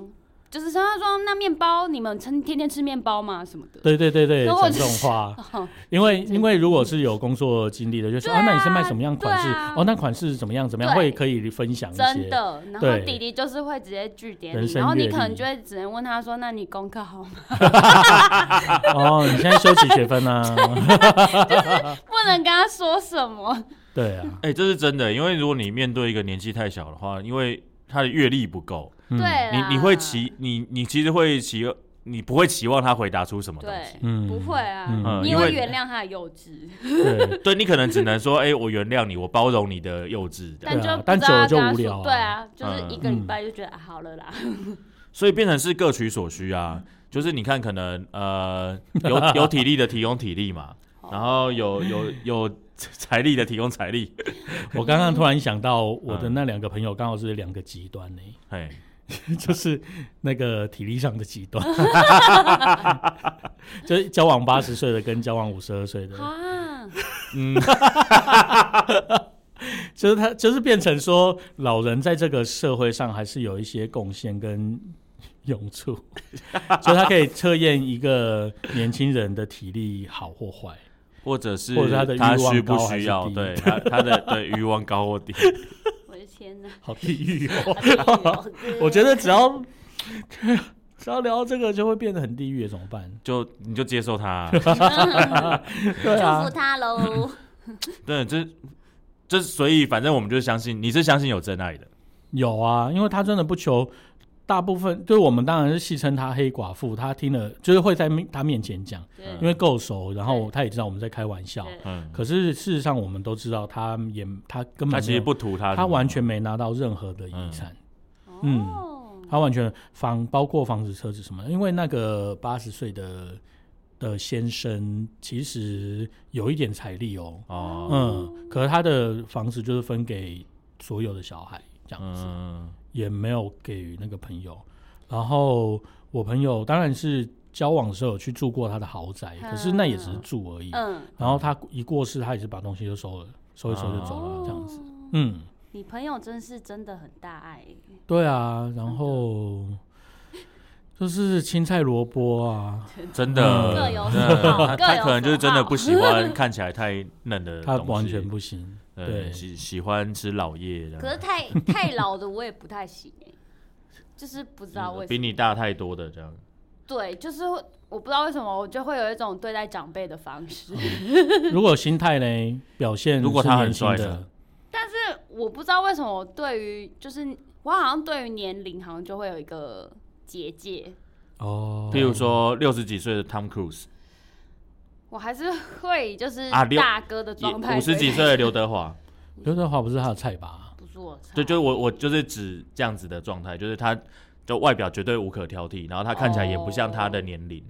Speaker 3: 就是像他说那面包你们天天天吃面包吗什么的，
Speaker 1: 对对对对，
Speaker 3: 然后我
Speaker 1: 讲
Speaker 3: 就
Speaker 1: 这种话。
Speaker 3: 哦
Speaker 1: 因为因为如果是有工作经历的，就说
Speaker 3: 对啊
Speaker 1: 啊，那你是卖什么样款式
Speaker 3: 对啊？
Speaker 1: 哦，那款式怎么样怎么样，
Speaker 3: 对
Speaker 1: 会可以分享一
Speaker 3: 真
Speaker 1: 些。
Speaker 3: 的，然后
Speaker 1: 对
Speaker 3: 弟弟就是会直接据点
Speaker 1: 人
Speaker 3: 你，
Speaker 1: 生
Speaker 3: 然后你
Speaker 1: 阅历
Speaker 3: 可能就会只能问他说，那你功课好吗？
Speaker 1: 哦，你现在修几学分 啊？
Speaker 3: 不能跟他说什么，
Speaker 1: 对啊，
Speaker 2: 哎，这是真的，因为如果你面对一个年纪太小的话，因为他的阅历不够，
Speaker 1: 嗯
Speaker 3: 对啦，
Speaker 2: 你你会期你你其实会期你不会期望他回答出什么东西
Speaker 3: 对。，
Speaker 1: 嗯
Speaker 3: 不会啊，
Speaker 1: 嗯
Speaker 3: 你
Speaker 2: 因
Speaker 3: 会
Speaker 2: 为
Speaker 3: 原谅他的幼稚，
Speaker 1: 对，
Speaker 2: 对你可能只能说，哎、我原谅你，我包容你的幼稚的，
Speaker 3: 但就不
Speaker 1: 啊但
Speaker 3: 知道要
Speaker 1: 久
Speaker 3: 跟
Speaker 1: 了
Speaker 3: 他
Speaker 1: 就无聊
Speaker 3: 说，
Speaker 1: 啊
Speaker 3: 对啊，就是
Speaker 2: 嗯
Speaker 3: 一个礼
Speaker 1: 嗯
Speaker 3: 拜就觉得啊好了啦，
Speaker 2: 所以变成是各取所需啊。就是你看，可能 呃，有有体力的提供体力嘛，然后有有有财力的提供财力，
Speaker 1: 我刚刚突然想到，我的那两个朋友刚好是两个极端呢、
Speaker 2: 哎，
Speaker 1: 就是那个体力上的极端， 就是交往八十岁的跟交往五十二岁的，
Speaker 3: 啊，
Speaker 2: 嗯，
Speaker 1: 就是他就是变成说老人在这个社会上还是有一些贡献跟 用处，所以他可以测验一个年轻人的体力好或坏。
Speaker 2: 或者是
Speaker 1: 或者他的欲
Speaker 2: 他
Speaker 1: 望
Speaker 2: 需不
Speaker 1: 高还
Speaker 2: 需
Speaker 1: 是
Speaker 2: 要？
Speaker 1: 低
Speaker 2: 对他他的对欲望高或低，
Speaker 3: 我的天 哪！
Speaker 1: 好地狱
Speaker 3: 好地狱
Speaker 1: 哦！
Speaker 3: 哦
Speaker 1: 我觉得只要 只要聊到这个，就会变得很地狱，怎么办？
Speaker 2: 就你就接受 他。啊
Speaker 1: 对
Speaker 3: 祝
Speaker 1: 啊
Speaker 3: 福，他喽。
Speaker 2: 对，这这所以反正我们就是相信，你是相信有真爱的。
Speaker 1: 有啊，因为他真的不求。大部分对我们当然是戏称他黑寡妇，他听了就是会在面他面前讲，
Speaker 3: 对
Speaker 2: 嗯
Speaker 1: 因为够熟，然后
Speaker 3: 对
Speaker 1: 他也知道我们在开玩笑。
Speaker 3: 对
Speaker 2: 嗯，
Speaker 1: 可是事实上，我们都知道他也他根本
Speaker 2: 他其
Speaker 1: 没
Speaker 2: 实
Speaker 1: 有
Speaker 2: 不图他，
Speaker 1: 他完全没拿到任何的遗产，嗯
Speaker 3: 哦，
Speaker 1: 他完全房包括房子、车子什么的，因为那个八十岁的的先生其实有一点财力哦，
Speaker 2: 哦，
Speaker 1: 嗯，可是他的房子就是分给所有的小孩这样子，
Speaker 2: 嗯，
Speaker 1: 也没有给那个朋友。然后我朋友当然是交往的时候有去住过他的豪宅，可是那也只是住而已。
Speaker 3: 嗯，
Speaker 1: 然后他一过世，他也是把东西就收了，收一收就走了，这样子。
Speaker 3: 哦。
Speaker 1: 嗯，
Speaker 3: 你朋友真是真的很大爱欸耶，
Speaker 1: 对啊，然后就是青菜萝卜啊，
Speaker 2: 真的，
Speaker 1: 各
Speaker 3: 有
Speaker 2: 真
Speaker 3: 所好
Speaker 2: 的他
Speaker 3: 各
Speaker 2: 他
Speaker 3: 有
Speaker 2: 可能就是
Speaker 3: 所
Speaker 2: 真的
Speaker 3: 好
Speaker 2: 不喜欢看起来太嫩的东
Speaker 1: 他
Speaker 2: 西，
Speaker 1: 完全不行。对
Speaker 2: 喜喜欢吃老叶这
Speaker 3: 可是
Speaker 2: 样，
Speaker 3: 太太老的我也不太行耶，就是不知道为什
Speaker 2: 比
Speaker 3: 么。
Speaker 2: 你大太多的这样。
Speaker 3: 对，就是会我不知道为什么，我就会有一种对待长辈的方式。
Speaker 2: 哦
Speaker 1: 如果心态呢，表现
Speaker 2: 如果他
Speaker 1: 是
Speaker 2: 很
Speaker 1: 年轻
Speaker 2: 帅
Speaker 1: 的
Speaker 2: 呢，
Speaker 3: 但是 我不知道为什么我对于就是我好像对于年龄好像就会有一个结界，
Speaker 1: 哦，
Speaker 2: 譬如说六十几岁的 Tom Cruise，
Speaker 3: 我还是会就是
Speaker 2: 啊六
Speaker 3: 大哥的状态。
Speaker 2: 五十几岁的刘德 华，
Speaker 1: 刘德华不是他的菜吧？
Speaker 3: 不是我菜，
Speaker 2: 对，就是我我就是指这样子的状态，就是他就外表绝对无可挑剔，然后他看起来也不像他的年
Speaker 3: 哦
Speaker 2: 龄，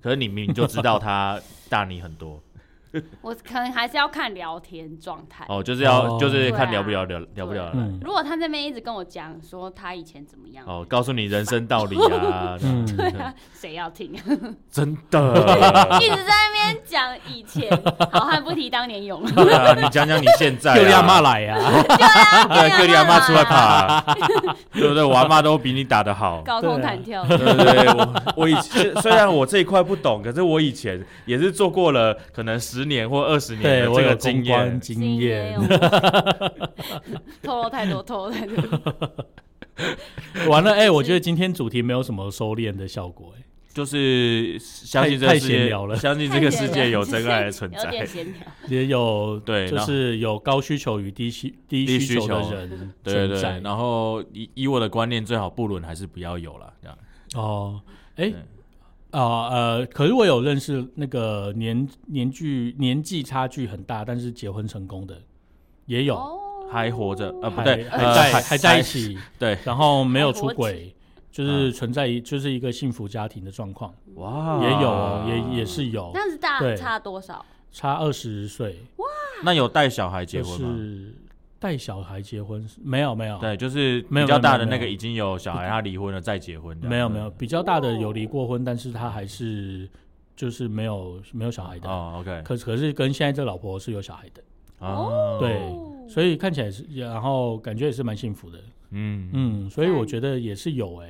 Speaker 2: 可是你明明就知道他大你很 多
Speaker 3: 我可能还是要看聊天状态。
Speaker 2: 哦，就是要、
Speaker 1: 哦
Speaker 2: 就是
Speaker 3: 对啊
Speaker 2: 看聊不聊聊聊不
Speaker 3: 对啊
Speaker 2: 聊得来
Speaker 1: 嗯
Speaker 3: 如果他那边一直跟我讲说他以前怎么样，
Speaker 2: 哦，告诉你人生道理啊，这样
Speaker 1: 嗯，
Speaker 3: 谁要听？啊
Speaker 2: 真的，
Speaker 3: 一直在那边讲以前，好汉不提当 年勇。
Speaker 2: 对啊，你讲讲你现在、啊，
Speaker 1: 就亚骂来 呀，
Speaker 2: 对，各地阿妈出来爬、
Speaker 3: 吧，
Speaker 1: 啊
Speaker 2: 对不对？我阿妈都比你打得好。
Speaker 3: 高空弹跳。
Speaker 2: 对啊对对，我 我以前虽然我这一块不懂，可是我以前也是做过了，可能十年或二十年
Speaker 1: 对
Speaker 2: 的
Speaker 1: 我
Speaker 2: 这
Speaker 1: 有
Speaker 2: 个
Speaker 1: 公
Speaker 2: 经
Speaker 1: 关
Speaker 2: 验。
Speaker 1: 经验，
Speaker 3: 透露太多，透露 太多。
Speaker 1: 完了，哎、我觉得今天主题没有什么收敛的效果、哎，
Speaker 2: 就是相信这
Speaker 1: 太太
Speaker 2: 个世
Speaker 1: 闲
Speaker 2: 界
Speaker 1: 聊了，
Speaker 2: 相信这个世界有真爱的存
Speaker 3: 有
Speaker 2: 在。
Speaker 3: 点闲聊。
Speaker 1: 也有
Speaker 2: 对
Speaker 1: 就
Speaker 2: 然后
Speaker 1: 是有高需求与低需低
Speaker 2: 低
Speaker 1: 需
Speaker 2: 需
Speaker 1: 求的
Speaker 2: 求
Speaker 1: 人存在，
Speaker 2: 对对对，然后以以我的观念，最好不伦还是不要有了，这样。
Speaker 1: 哦，哎、
Speaker 2: 对
Speaker 1: 啊呃，可是我有认识那个年年距年纪差距很大，但是结婚成功的也有，
Speaker 3: 哦
Speaker 2: 还活着呃不
Speaker 1: 还
Speaker 2: 对
Speaker 1: 还
Speaker 2: 呃
Speaker 1: 在、
Speaker 2: 还
Speaker 1: 还在一起，
Speaker 2: 对，
Speaker 1: 然后没有
Speaker 3: 还
Speaker 1: 出
Speaker 3: 活
Speaker 1: 轨，就是存在一、就是一个幸福家庭的状况，
Speaker 2: 哇
Speaker 1: 也有哦也也是有，
Speaker 3: 那是大
Speaker 1: 对
Speaker 3: 差多少？
Speaker 1: 差二十岁
Speaker 2: 那有带小孩结
Speaker 1: 就
Speaker 2: 婚吗？
Speaker 1: 是带小孩结婚是没有没有。
Speaker 2: 对，就是
Speaker 1: 没有
Speaker 2: 比较大的
Speaker 1: 没有
Speaker 2: 那
Speaker 1: 没
Speaker 2: 个
Speaker 1: 有
Speaker 2: 已经有小孩，他离婚了再结婚这样。
Speaker 1: 没有没有，比较大的有离过婚，但是他还是就是没有没有小孩的，
Speaker 2: 哦，OK，
Speaker 1: 可可是跟现在这老婆是有小孩的，
Speaker 2: 哦，
Speaker 1: 对，所以看起来是，然后感觉也是蛮幸福的，
Speaker 2: 嗯
Speaker 1: 嗯，所以
Speaker 3: 赞
Speaker 1: 我觉得也是有哎、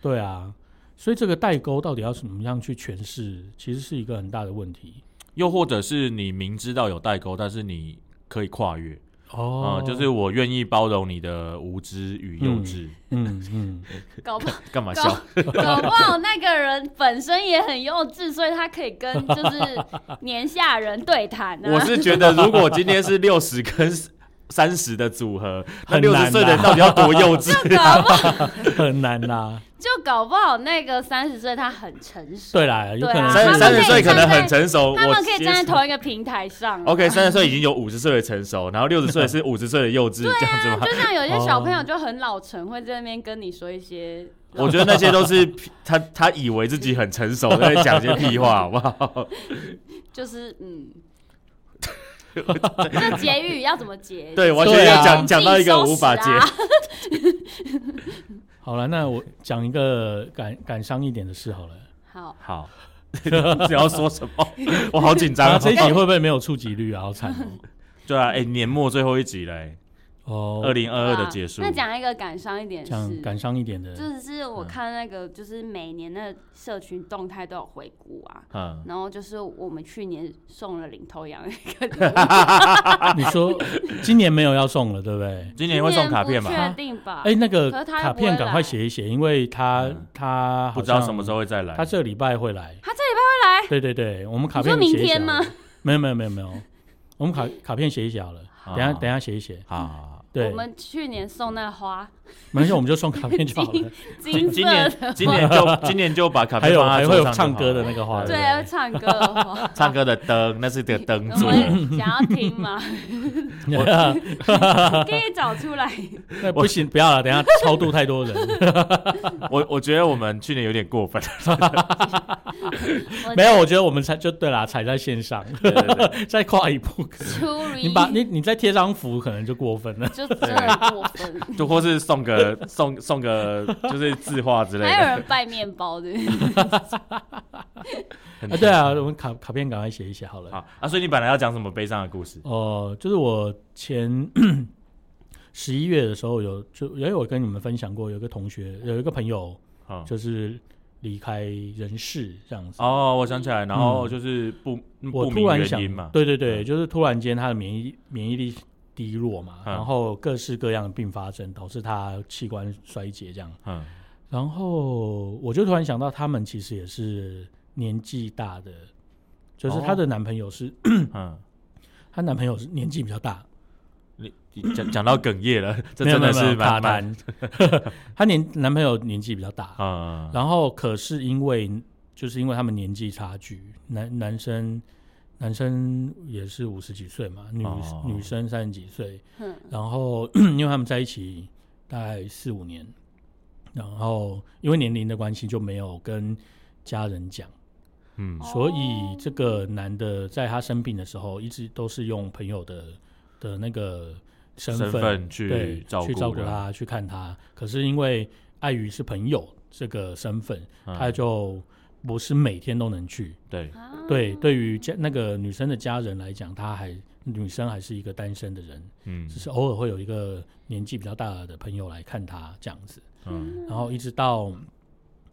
Speaker 1: 对啊，所以这个代沟到底要怎么样去诠释，其实是一个很大的问题
Speaker 2: 又或者是你明知道有代沟，但是你可以跨越，啊，就是我愿意包容你的无知与幼稚，
Speaker 1: 哦嗯嗯，
Speaker 3: 搞不好
Speaker 2: 干嘛
Speaker 3: 搞
Speaker 2: 笑？
Speaker 3: 搞不好那个人本身也很幼稚，所以他可以跟就是年下人对谈
Speaker 2: 我
Speaker 3: 啊。
Speaker 2: 是觉得，如果今天是六十跟三十的组合，那
Speaker 1: 很
Speaker 2: 六
Speaker 1: 难啊
Speaker 2: 十岁的人到底要多幼稚？
Speaker 3: 搞不
Speaker 1: 很难啦。
Speaker 3: 就搞不好那个三十岁他很成熟，
Speaker 1: 对啦，有可能
Speaker 3: 啊
Speaker 2: 三
Speaker 3: 对
Speaker 2: 十
Speaker 1: 是
Speaker 2: 三十岁
Speaker 3: 他
Speaker 2: 可能
Speaker 3: 们可以站在
Speaker 2: 很成熟，
Speaker 3: 他
Speaker 2: 我
Speaker 3: 们可以
Speaker 2: 接
Speaker 3: 站在
Speaker 2: 受
Speaker 3: 同一个平台上。啊
Speaker 2: OK，三十岁已经有五十岁的成熟，然后六十岁是五十岁的幼 稚，
Speaker 3: 啊
Speaker 2: 这样子吗？
Speaker 3: 就像有些小朋
Speaker 1: 哦
Speaker 3: 友就很老成，会在那边跟你说一些
Speaker 2: 我觉得那些都是 他他以为自己很成熟，在讲些屁话，好不好？
Speaker 3: 就是嗯， 这结语要怎么结？
Speaker 2: 对，完
Speaker 1: 对
Speaker 2: 全
Speaker 1: 啊
Speaker 2: 讲讲到一个无法接
Speaker 3: 自己收拾啊
Speaker 1: 好了，那我讲一个感感伤一点的事好了。
Speaker 3: 好，
Speaker 2: 好， 你要说什么？我好紧张
Speaker 1: 啊，
Speaker 2: 啊！
Speaker 1: 这一集会不会没有触及率啊？好惨哦。
Speaker 2: 对啊，哎、年末最后一集嘞，
Speaker 1: 哦，
Speaker 2: 二零二二的
Speaker 3: 啊
Speaker 2: 结束。
Speaker 3: 那讲一个感伤一点
Speaker 1: 讲
Speaker 3: 是，
Speaker 1: 感伤一点的，
Speaker 3: 就是我
Speaker 2: 嗯
Speaker 3: 看那个，就是每年的社群动态都有回顾啊。
Speaker 2: 嗯，
Speaker 3: 然后就是我们去年送了领头羊，
Speaker 1: 啊你说今年没有要送了，对不对？
Speaker 2: 今年会送卡片
Speaker 3: 吧？
Speaker 2: 吧？
Speaker 3: 确定吧？
Speaker 1: 哎，那个
Speaker 3: 啊可是他又
Speaker 1: 卡
Speaker 3: 不会
Speaker 1: 片赶快
Speaker 3: 来
Speaker 1: 写一写，因为他
Speaker 2: 嗯
Speaker 1: 他好
Speaker 2: 不知道
Speaker 1: 像
Speaker 2: 什么时候会再来。
Speaker 1: 他这礼拜会来，
Speaker 3: 他这礼拜会来，
Speaker 1: 对对对，我们卡
Speaker 3: 你
Speaker 1: 片
Speaker 3: 说明
Speaker 1: 写一写啊
Speaker 3: 天
Speaker 1: 好
Speaker 3: 吗哎
Speaker 1: 了？没有没有没有没有，我们卡卡片写一写好了，等一下
Speaker 2: 啊
Speaker 1: 等一下写一写，
Speaker 2: 好，
Speaker 1: 对，
Speaker 3: 我们去年送那花，
Speaker 1: 没关系，我们就送卡片就 好了。
Speaker 2: 今
Speaker 3: 金色
Speaker 2: 今年今年 就今年就把卡
Speaker 1: 还
Speaker 2: 片
Speaker 1: 有
Speaker 2: 放在
Speaker 1: 还
Speaker 2: 桌
Speaker 1: 会有
Speaker 2: 上
Speaker 1: 唱
Speaker 2: 就好
Speaker 1: 歌的那个花，
Speaker 2: 对
Speaker 3: 对，要唱歌的 花
Speaker 2: 唱歌的灯，那是个灯
Speaker 3: 我
Speaker 2: 座。
Speaker 3: 们想要听吗？
Speaker 1: 对
Speaker 3: 可以找出来。
Speaker 1: 那不行，不要了，等一下超度太多人。
Speaker 2: 我我觉得我们去年有点过分，
Speaker 3: 我
Speaker 1: 没有，我觉得我们才就对啦，踩在线上，
Speaker 2: 对对对
Speaker 1: 再跨一步可能。
Speaker 3: 出
Speaker 1: 你把你你再贴张符，可能就过分了。
Speaker 3: 就真的很过分。
Speaker 2: 就或是送个送送个就是字画之类
Speaker 3: 还有
Speaker 2: 的。
Speaker 3: 人拜面包的，
Speaker 2: 很
Speaker 1: 啊，对啊，我们卡卡片赶快写一写好了。
Speaker 2: 嗯好啊，所以你本来要讲什么悲伤的故事？
Speaker 1: 哦、就是我前 十一月的时候有就也有跟你们分享过，有一个同学有一个朋友
Speaker 2: 嗯
Speaker 1: 就是离开人世这样子。
Speaker 2: 哦，我想起来，然后
Speaker 1: 嗯
Speaker 2: 就是不不
Speaker 1: 我
Speaker 2: 明
Speaker 1: 突然
Speaker 2: 原
Speaker 1: 想
Speaker 2: 因嘛，
Speaker 1: 对对对，
Speaker 2: 嗯
Speaker 1: 就是突然间他的免疫免疫力低落嘛，
Speaker 2: 嗯
Speaker 1: 然后各式各样的并发症导致他器官衰竭这样。
Speaker 2: 嗯
Speaker 1: 然后我就突然想到，他们其实也是年纪大的，
Speaker 2: 哦
Speaker 1: 就是她的男朋友是
Speaker 2: 嗯，
Speaker 1: 她、男朋友是年纪比较大，
Speaker 2: 你你讲讲到哽咽了， 这
Speaker 1: 没有
Speaker 2: 真的
Speaker 1: 没有
Speaker 2: 是
Speaker 1: 没有卡
Speaker 2: 蛮蛮
Speaker 1: 单， 她年男朋友年纪比较大，
Speaker 2: 啊，
Speaker 1: 然后可是因为就是因为他们年纪差距，男男生男生也是五十几岁嘛，女、
Speaker 2: 哦
Speaker 1: 女生三十几岁，
Speaker 3: 嗯
Speaker 1: 然后 因为他们在一起大概四五年，然后因为年龄的关系就没有跟家人讲。
Speaker 2: 嗯
Speaker 3: 哦
Speaker 1: 所以这个男的在他生病的时候，一直都是用朋友的的那个身份
Speaker 2: 身
Speaker 1: 对
Speaker 2: 份去
Speaker 1: 去
Speaker 2: 照顾
Speaker 1: 照顾
Speaker 2: 的，
Speaker 1: 他，去看他。可是因为碍于是朋友这个身份，
Speaker 2: 嗯
Speaker 1: 他就不是每天都能去。
Speaker 2: 对
Speaker 3: 啊
Speaker 1: 对，对于家那个女生的家人来讲，她还女生还是一个单身的人，
Speaker 2: 嗯
Speaker 1: 只是偶尔会有一个年纪比较大的朋友来看她这样子。
Speaker 2: 嗯
Speaker 1: 然后一直到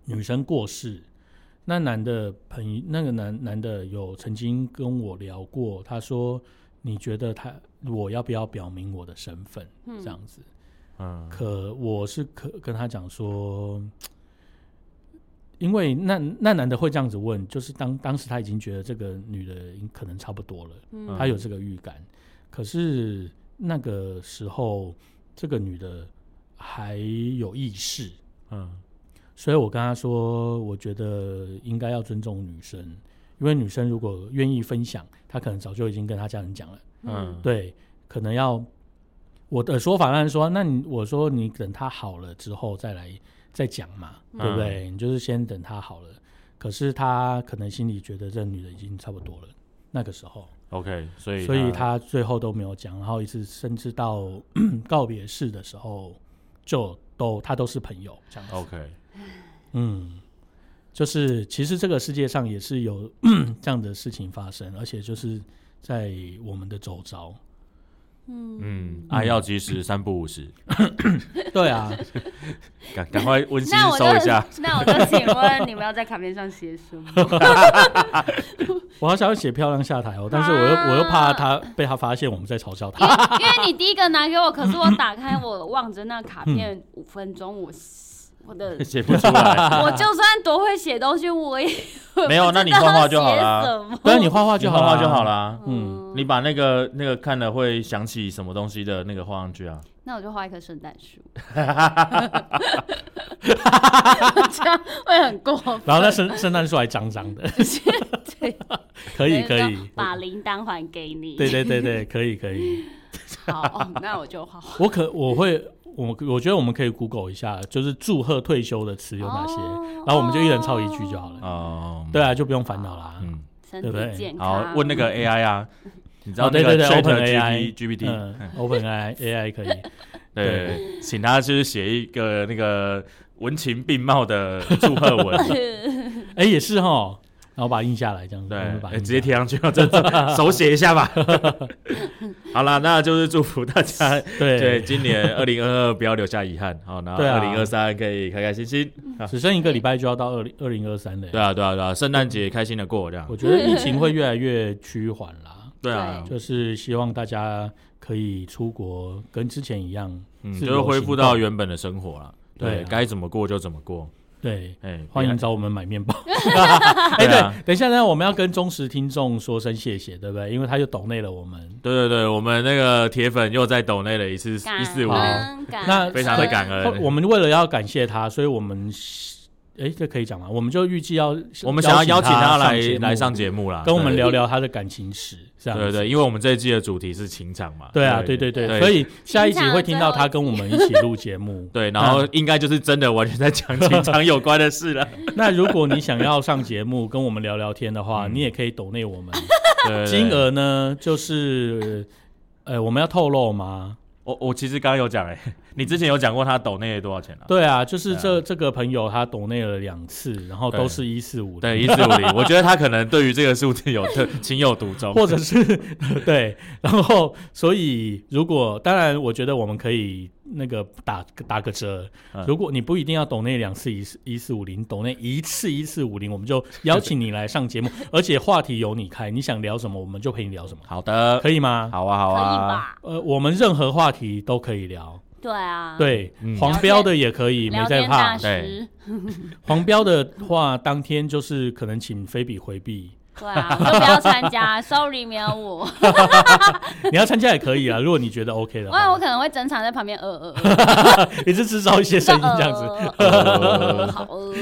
Speaker 1: 女生过世，那男的朋友，那个男男的有曾经跟我聊过，他说你觉得他我要不要表明我的身份、
Speaker 3: 嗯
Speaker 1: 这样子？
Speaker 2: 嗯
Speaker 1: 可我是可跟他讲说，因为那那男的会这样子问，就是当当时他已经觉得这个女的可能差不多了，
Speaker 3: 嗯
Speaker 1: 他有这个预感，可是那个时候这个女的还有意识，
Speaker 2: 嗯
Speaker 1: 所以我跟他说，我觉得应该要尊重女生，因为女生如果愿意分享，她可能早就已经跟她家人讲了。
Speaker 2: 嗯，
Speaker 1: 对，可能要我的说法当然说，那你我说你等她好了之后再来再讲嘛，
Speaker 3: 嗯
Speaker 1: 对不对？你就是先等她好了。可是她可能心里觉得这女的已经差不多了，那个时候，
Speaker 2: ，OK，所以
Speaker 1: 所以她最后都没有讲，然后一直甚至到 告别式的时候，就都她都是朋友这样子。
Speaker 2: OK，
Speaker 1: 嗯，就是其实这个世界上也是有 这样的事情发生，而且就是在我们的周 遭。
Speaker 2: 嗯，爱要及时，三不五时，
Speaker 1: 对啊，
Speaker 2: 赶赶 快温馨
Speaker 3: 那我就
Speaker 2: 收一下，
Speaker 3: 那我就请问你们要在卡片上写什么？
Speaker 1: 我好想要写漂亮下台哦，但是我又
Speaker 3: 啊
Speaker 1: 我又怕他被他发现我们在嘲笑
Speaker 3: 因
Speaker 1: 他。
Speaker 3: 为因为你第一个拿给我，可是我打开我望着那卡片五分钟，我我 的
Speaker 2: 写不出来，
Speaker 3: 我就算多会写东西，我也
Speaker 2: 没有，那你画画就好啦，
Speaker 3: 了。
Speaker 1: 不然啊你画画
Speaker 2: 你
Speaker 1: 就好
Speaker 2: 画
Speaker 1: 了，
Speaker 2: 画就好。啦。
Speaker 1: 嗯，
Speaker 2: 你把那个那个看了会想起什么东西的那个画上去啊？
Speaker 3: 那我就画一棵圣诞树， 这样会很过分。
Speaker 1: 然后那圣圣诞树还脏脏的，
Speaker 3: 对
Speaker 1: 可以可以
Speaker 3: 就，把铃铛还给你。
Speaker 1: 对对对对，可以可以。
Speaker 3: 好，哦那我就画画。
Speaker 1: 我可我会我我觉得我们可以 Google 一下，就是祝贺退休的词有哪些，
Speaker 3: 哦
Speaker 1: 然后我们就一人抄一句就好了。
Speaker 2: 哦，
Speaker 1: 对啊，就不用烦恼啦。
Speaker 2: 嗯，
Speaker 3: 身
Speaker 1: 对不对
Speaker 3: 体健康。
Speaker 2: 好，问那 个 AI 啊，你知道
Speaker 1: 哦对
Speaker 2: 那
Speaker 1: 对
Speaker 2: 个
Speaker 1: 对
Speaker 2: Chat
Speaker 1: ，Open AI
Speaker 2: GPT，
Speaker 1: 嗯，Open AI AI 可以。
Speaker 2: 对，请他就是写一个那个文情并茂的祝贺文，
Speaker 1: 哎、也是哈，然后把它印下来这样子，
Speaker 2: 对，
Speaker 1: 我们把它
Speaker 2: 哎
Speaker 1: 印
Speaker 2: 直接
Speaker 1: 下
Speaker 2: 贴上去，这这手写一下吧。好啦，那就是祝福大家，
Speaker 1: 来，
Speaker 2: 对
Speaker 1: 对，
Speaker 2: 今年二零二二不要留下遗憾，好，然后
Speaker 1: 对
Speaker 2: 二
Speaker 1: 啊
Speaker 2: 零二三可以开开心心。
Speaker 1: 只剩一个礼拜就要到二零二零二三了耶、
Speaker 2: 对啊，对啊，对啊，圣诞节开心的过这样
Speaker 1: 我。觉得疫情会越来越趋缓啦，
Speaker 2: 对啊，
Speaker 1: 就是希望大家可以出国，跟之前一样，
Speaker 2: 嗯，
Speaker 1: 自
Speaker 2: 就
Speaker 1: 由
Speaker 2: 是恢复到
Speaker 1: 行动
Speaker 2: 原本的生活了。对
Speaker 1: 对，啊
Speaker 2: 该怎么过就怎么过。
Speaker 1: 对。
Speaker 2: 哎，
Speaker 1: 欢迎
Speaker 2: 别。
Speaker 1: 找我们买面包。哎、
Speaker 2: 对啊
Speaker 1: 对，等一下呢，我们要跟忠实听众说声谢谢，对不对？因为他就懂内了我们。
Speaker 2: 对对对，我们那个铁粉又再抖内了一次一四五
Speaker 1: 好，
Speaker 3: 恩感
Speaker 1: 那
Speaker 2: 非常的感
Speaker 3: 恩。
Speaker 1: 后
Speaker 2: 恩。
Speaker 1: 我们为了要感谢他，所以我们哎、这可以讲吗？我们就预计要
Speaker 2: 我们想要邀请他来
Speaker 1: 节目
Speaker 2: 来上节目啦，
Speaker 1: 跟我们
Speaker 2: 对
Speaker 1: 聊聊他的感情史，这样
Speaker 2: 对对
Speaker 1: 子
Speaker 2: 对，因为我们这一季的主题是情场嘛。
Speaker 1: 对啊，对对对，
Speaker 2: 对。
Speaker 1: 所以下一集会听到他跟我们一起录节目
Speaker 2: 对，然后应该就是真的完全在讲情场有关的 事了。
Speaker 1: 那如果你想要上节目跟我们聊聊天的话，
Speaker 2: 嗯
Speaker 1: 你也可以抖内我们，
Speaker 2: 对对对
Speaker 1: 金额呢就是。呃，我们要透露吗？
Speaker 2: 我我其实刚刚有讲哎、 你之前有讲过他抖内多少钱啊？
Speaker 1: 对啊，就是这、
Speaker 2: 对
Speaker 1: 这个朋友他抖内了两次，然后都
Speaker 2: 对
Speaker 1: 是一四五
Speaker 2: 对，一四五零，我觉得他可能对于这个数字有特 情有独钟，
Speaker 1: 或者是 对，然后所以如果当然，我觉得我们可以那个打打个折，
Speaker 2: 嗯
Speaker 1: 如果你不一定要抖那两次一四一四五零，抖那一次一四五零，我们就邀请你来上节目，而且话题由你开，你想聊什么我们就陪你聊什么，
Speaker 2: 好的，
Speaker 1: 可以吗？
Speaker 2: 好啊，好
Speaker 3: 可以
Speaker 2: 啊，
Speaker 3: 吧？
Speaker 1: 呃，我们任何话题都可以聊，
Speaker 3: 对啊，，
Speaker 1: 对，
Speaker 2: 嗯
Speaker 1: 黄标的也可以，没
Speaker 3: 聊
Speaker 1: 在
Speaker 3: 天
Speaker 1: 怕
Speaker 3: 大。师，
Speaker 1: 黄标的话，当天就是可能请菲比回避，
Speaker 3: 对啊，我就不要参加 ，sorry，没有我，
Speaker 1: 你要参加也可以啊，如果你觉得 OK 的
Speaker 3: 不然我
Speaker 1: 话，
Speaker 3: 可能会整场在旁边呃呃呃，
Speaker 1: 你是制造一些 声音这样子。
Speaker 3: 呃，
Speaker 1: 哦
Speaker 3: 呃好 呃，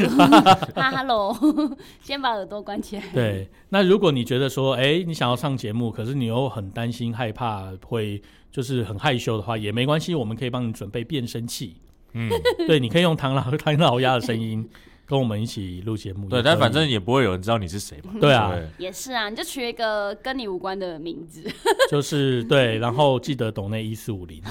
Speaker 3: 哈哈喽， 先把耳朵关起来。
Speaker 1: 对，那如果你觉得说，哎、你想要上节目，可是你又很担心、害怕，会就是很害羞的话，也没关系，我们可以帮你准备变声器。
Speaker 2: 嗯，
Speaker 1: 对，你可以用唐老 唐老鸭的声音跟我们一起录节目也可以。
Speaker 2: 对，但反正也不会有人知道你是谁嘛。
Speaker 1: 对啊，
Speaker 2: 对
Speaker 3: 也是啊，你就取一个跟你无关的名字，
Speaker 1: 就是对，然后记得懂那一四五 零，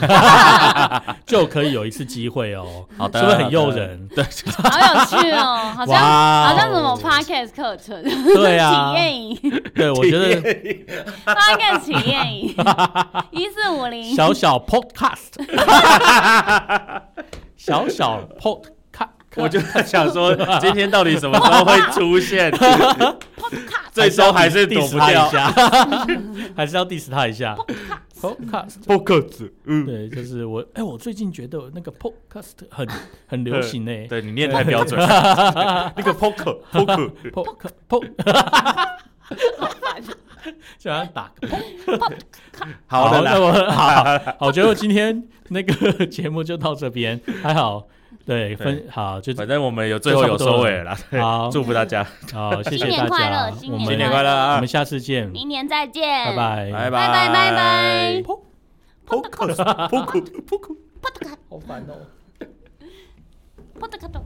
Speaker 1: 就可以有一次机会哦。
Speaker 2: 好的，
Speaker 1: 是不是很诱人？
Speaker 2: 对，
Speaker 3: 好有趣 哦，好像
Speaker 1: 哇哦
Speaker 3: 好像什么 podcast 课程，
Speaker 1: 对啊
Speaker 3: 体，验营
Speaker 1: 对，我觉 得
Speaker 3: ，podcast 体验 营，一四五零，
Speaker 1: 小小 podcast，小小 podcast，
Speaker 2: 我就在想说，今天到底什么时候会出 现？最终还是躲不掉。
Speaker 1: 还是要 diss 他一下。podcast，
Speaker 2: Podcast，嗯，
Speaker 1: 对，就是我，哎、我最近觉得那个 podcast 很很流行呢、
Speaker 2: 对你念太标准了。 那个 Poker Poker，
Speaker 1: p o d p o d 就好像打个 pok
Speaker 2: 好的
Speaker 1: 那
Speaker 2: 啦，
Speaker 1: 我好，好，我觉得今天那个节目就到这边，还好，对，分好就
Speaker 2: 反正我们有最后有收尾了 啦。对
Speaker 1: 好
Speaker 2: 祝福大家，
Speaker 1: 好，谢谢
Speaker 3: 新
Speaker 1: 大
Speaker 3: 年快
Speaker 1: 家
Speaker 3: 乐，新
Speaker 1: 我
Speaker 3: 年
Speaker 1: 们
Speaker 2: 新年快乐
Speaker 1: 我
Speaker 2: 啊
Speaker 1: 们！下次见，
Speaker 3: 明年再见，
Speaker 1: 拜拜，
Speaker 2: 拜
Speaker 3: 拜拜拜拜。
Speaker 2: Poker Poker Poker。
Speaker 3: ポトカ
Speaker 1: 好烦哦。
Speaker 3: ポトカと。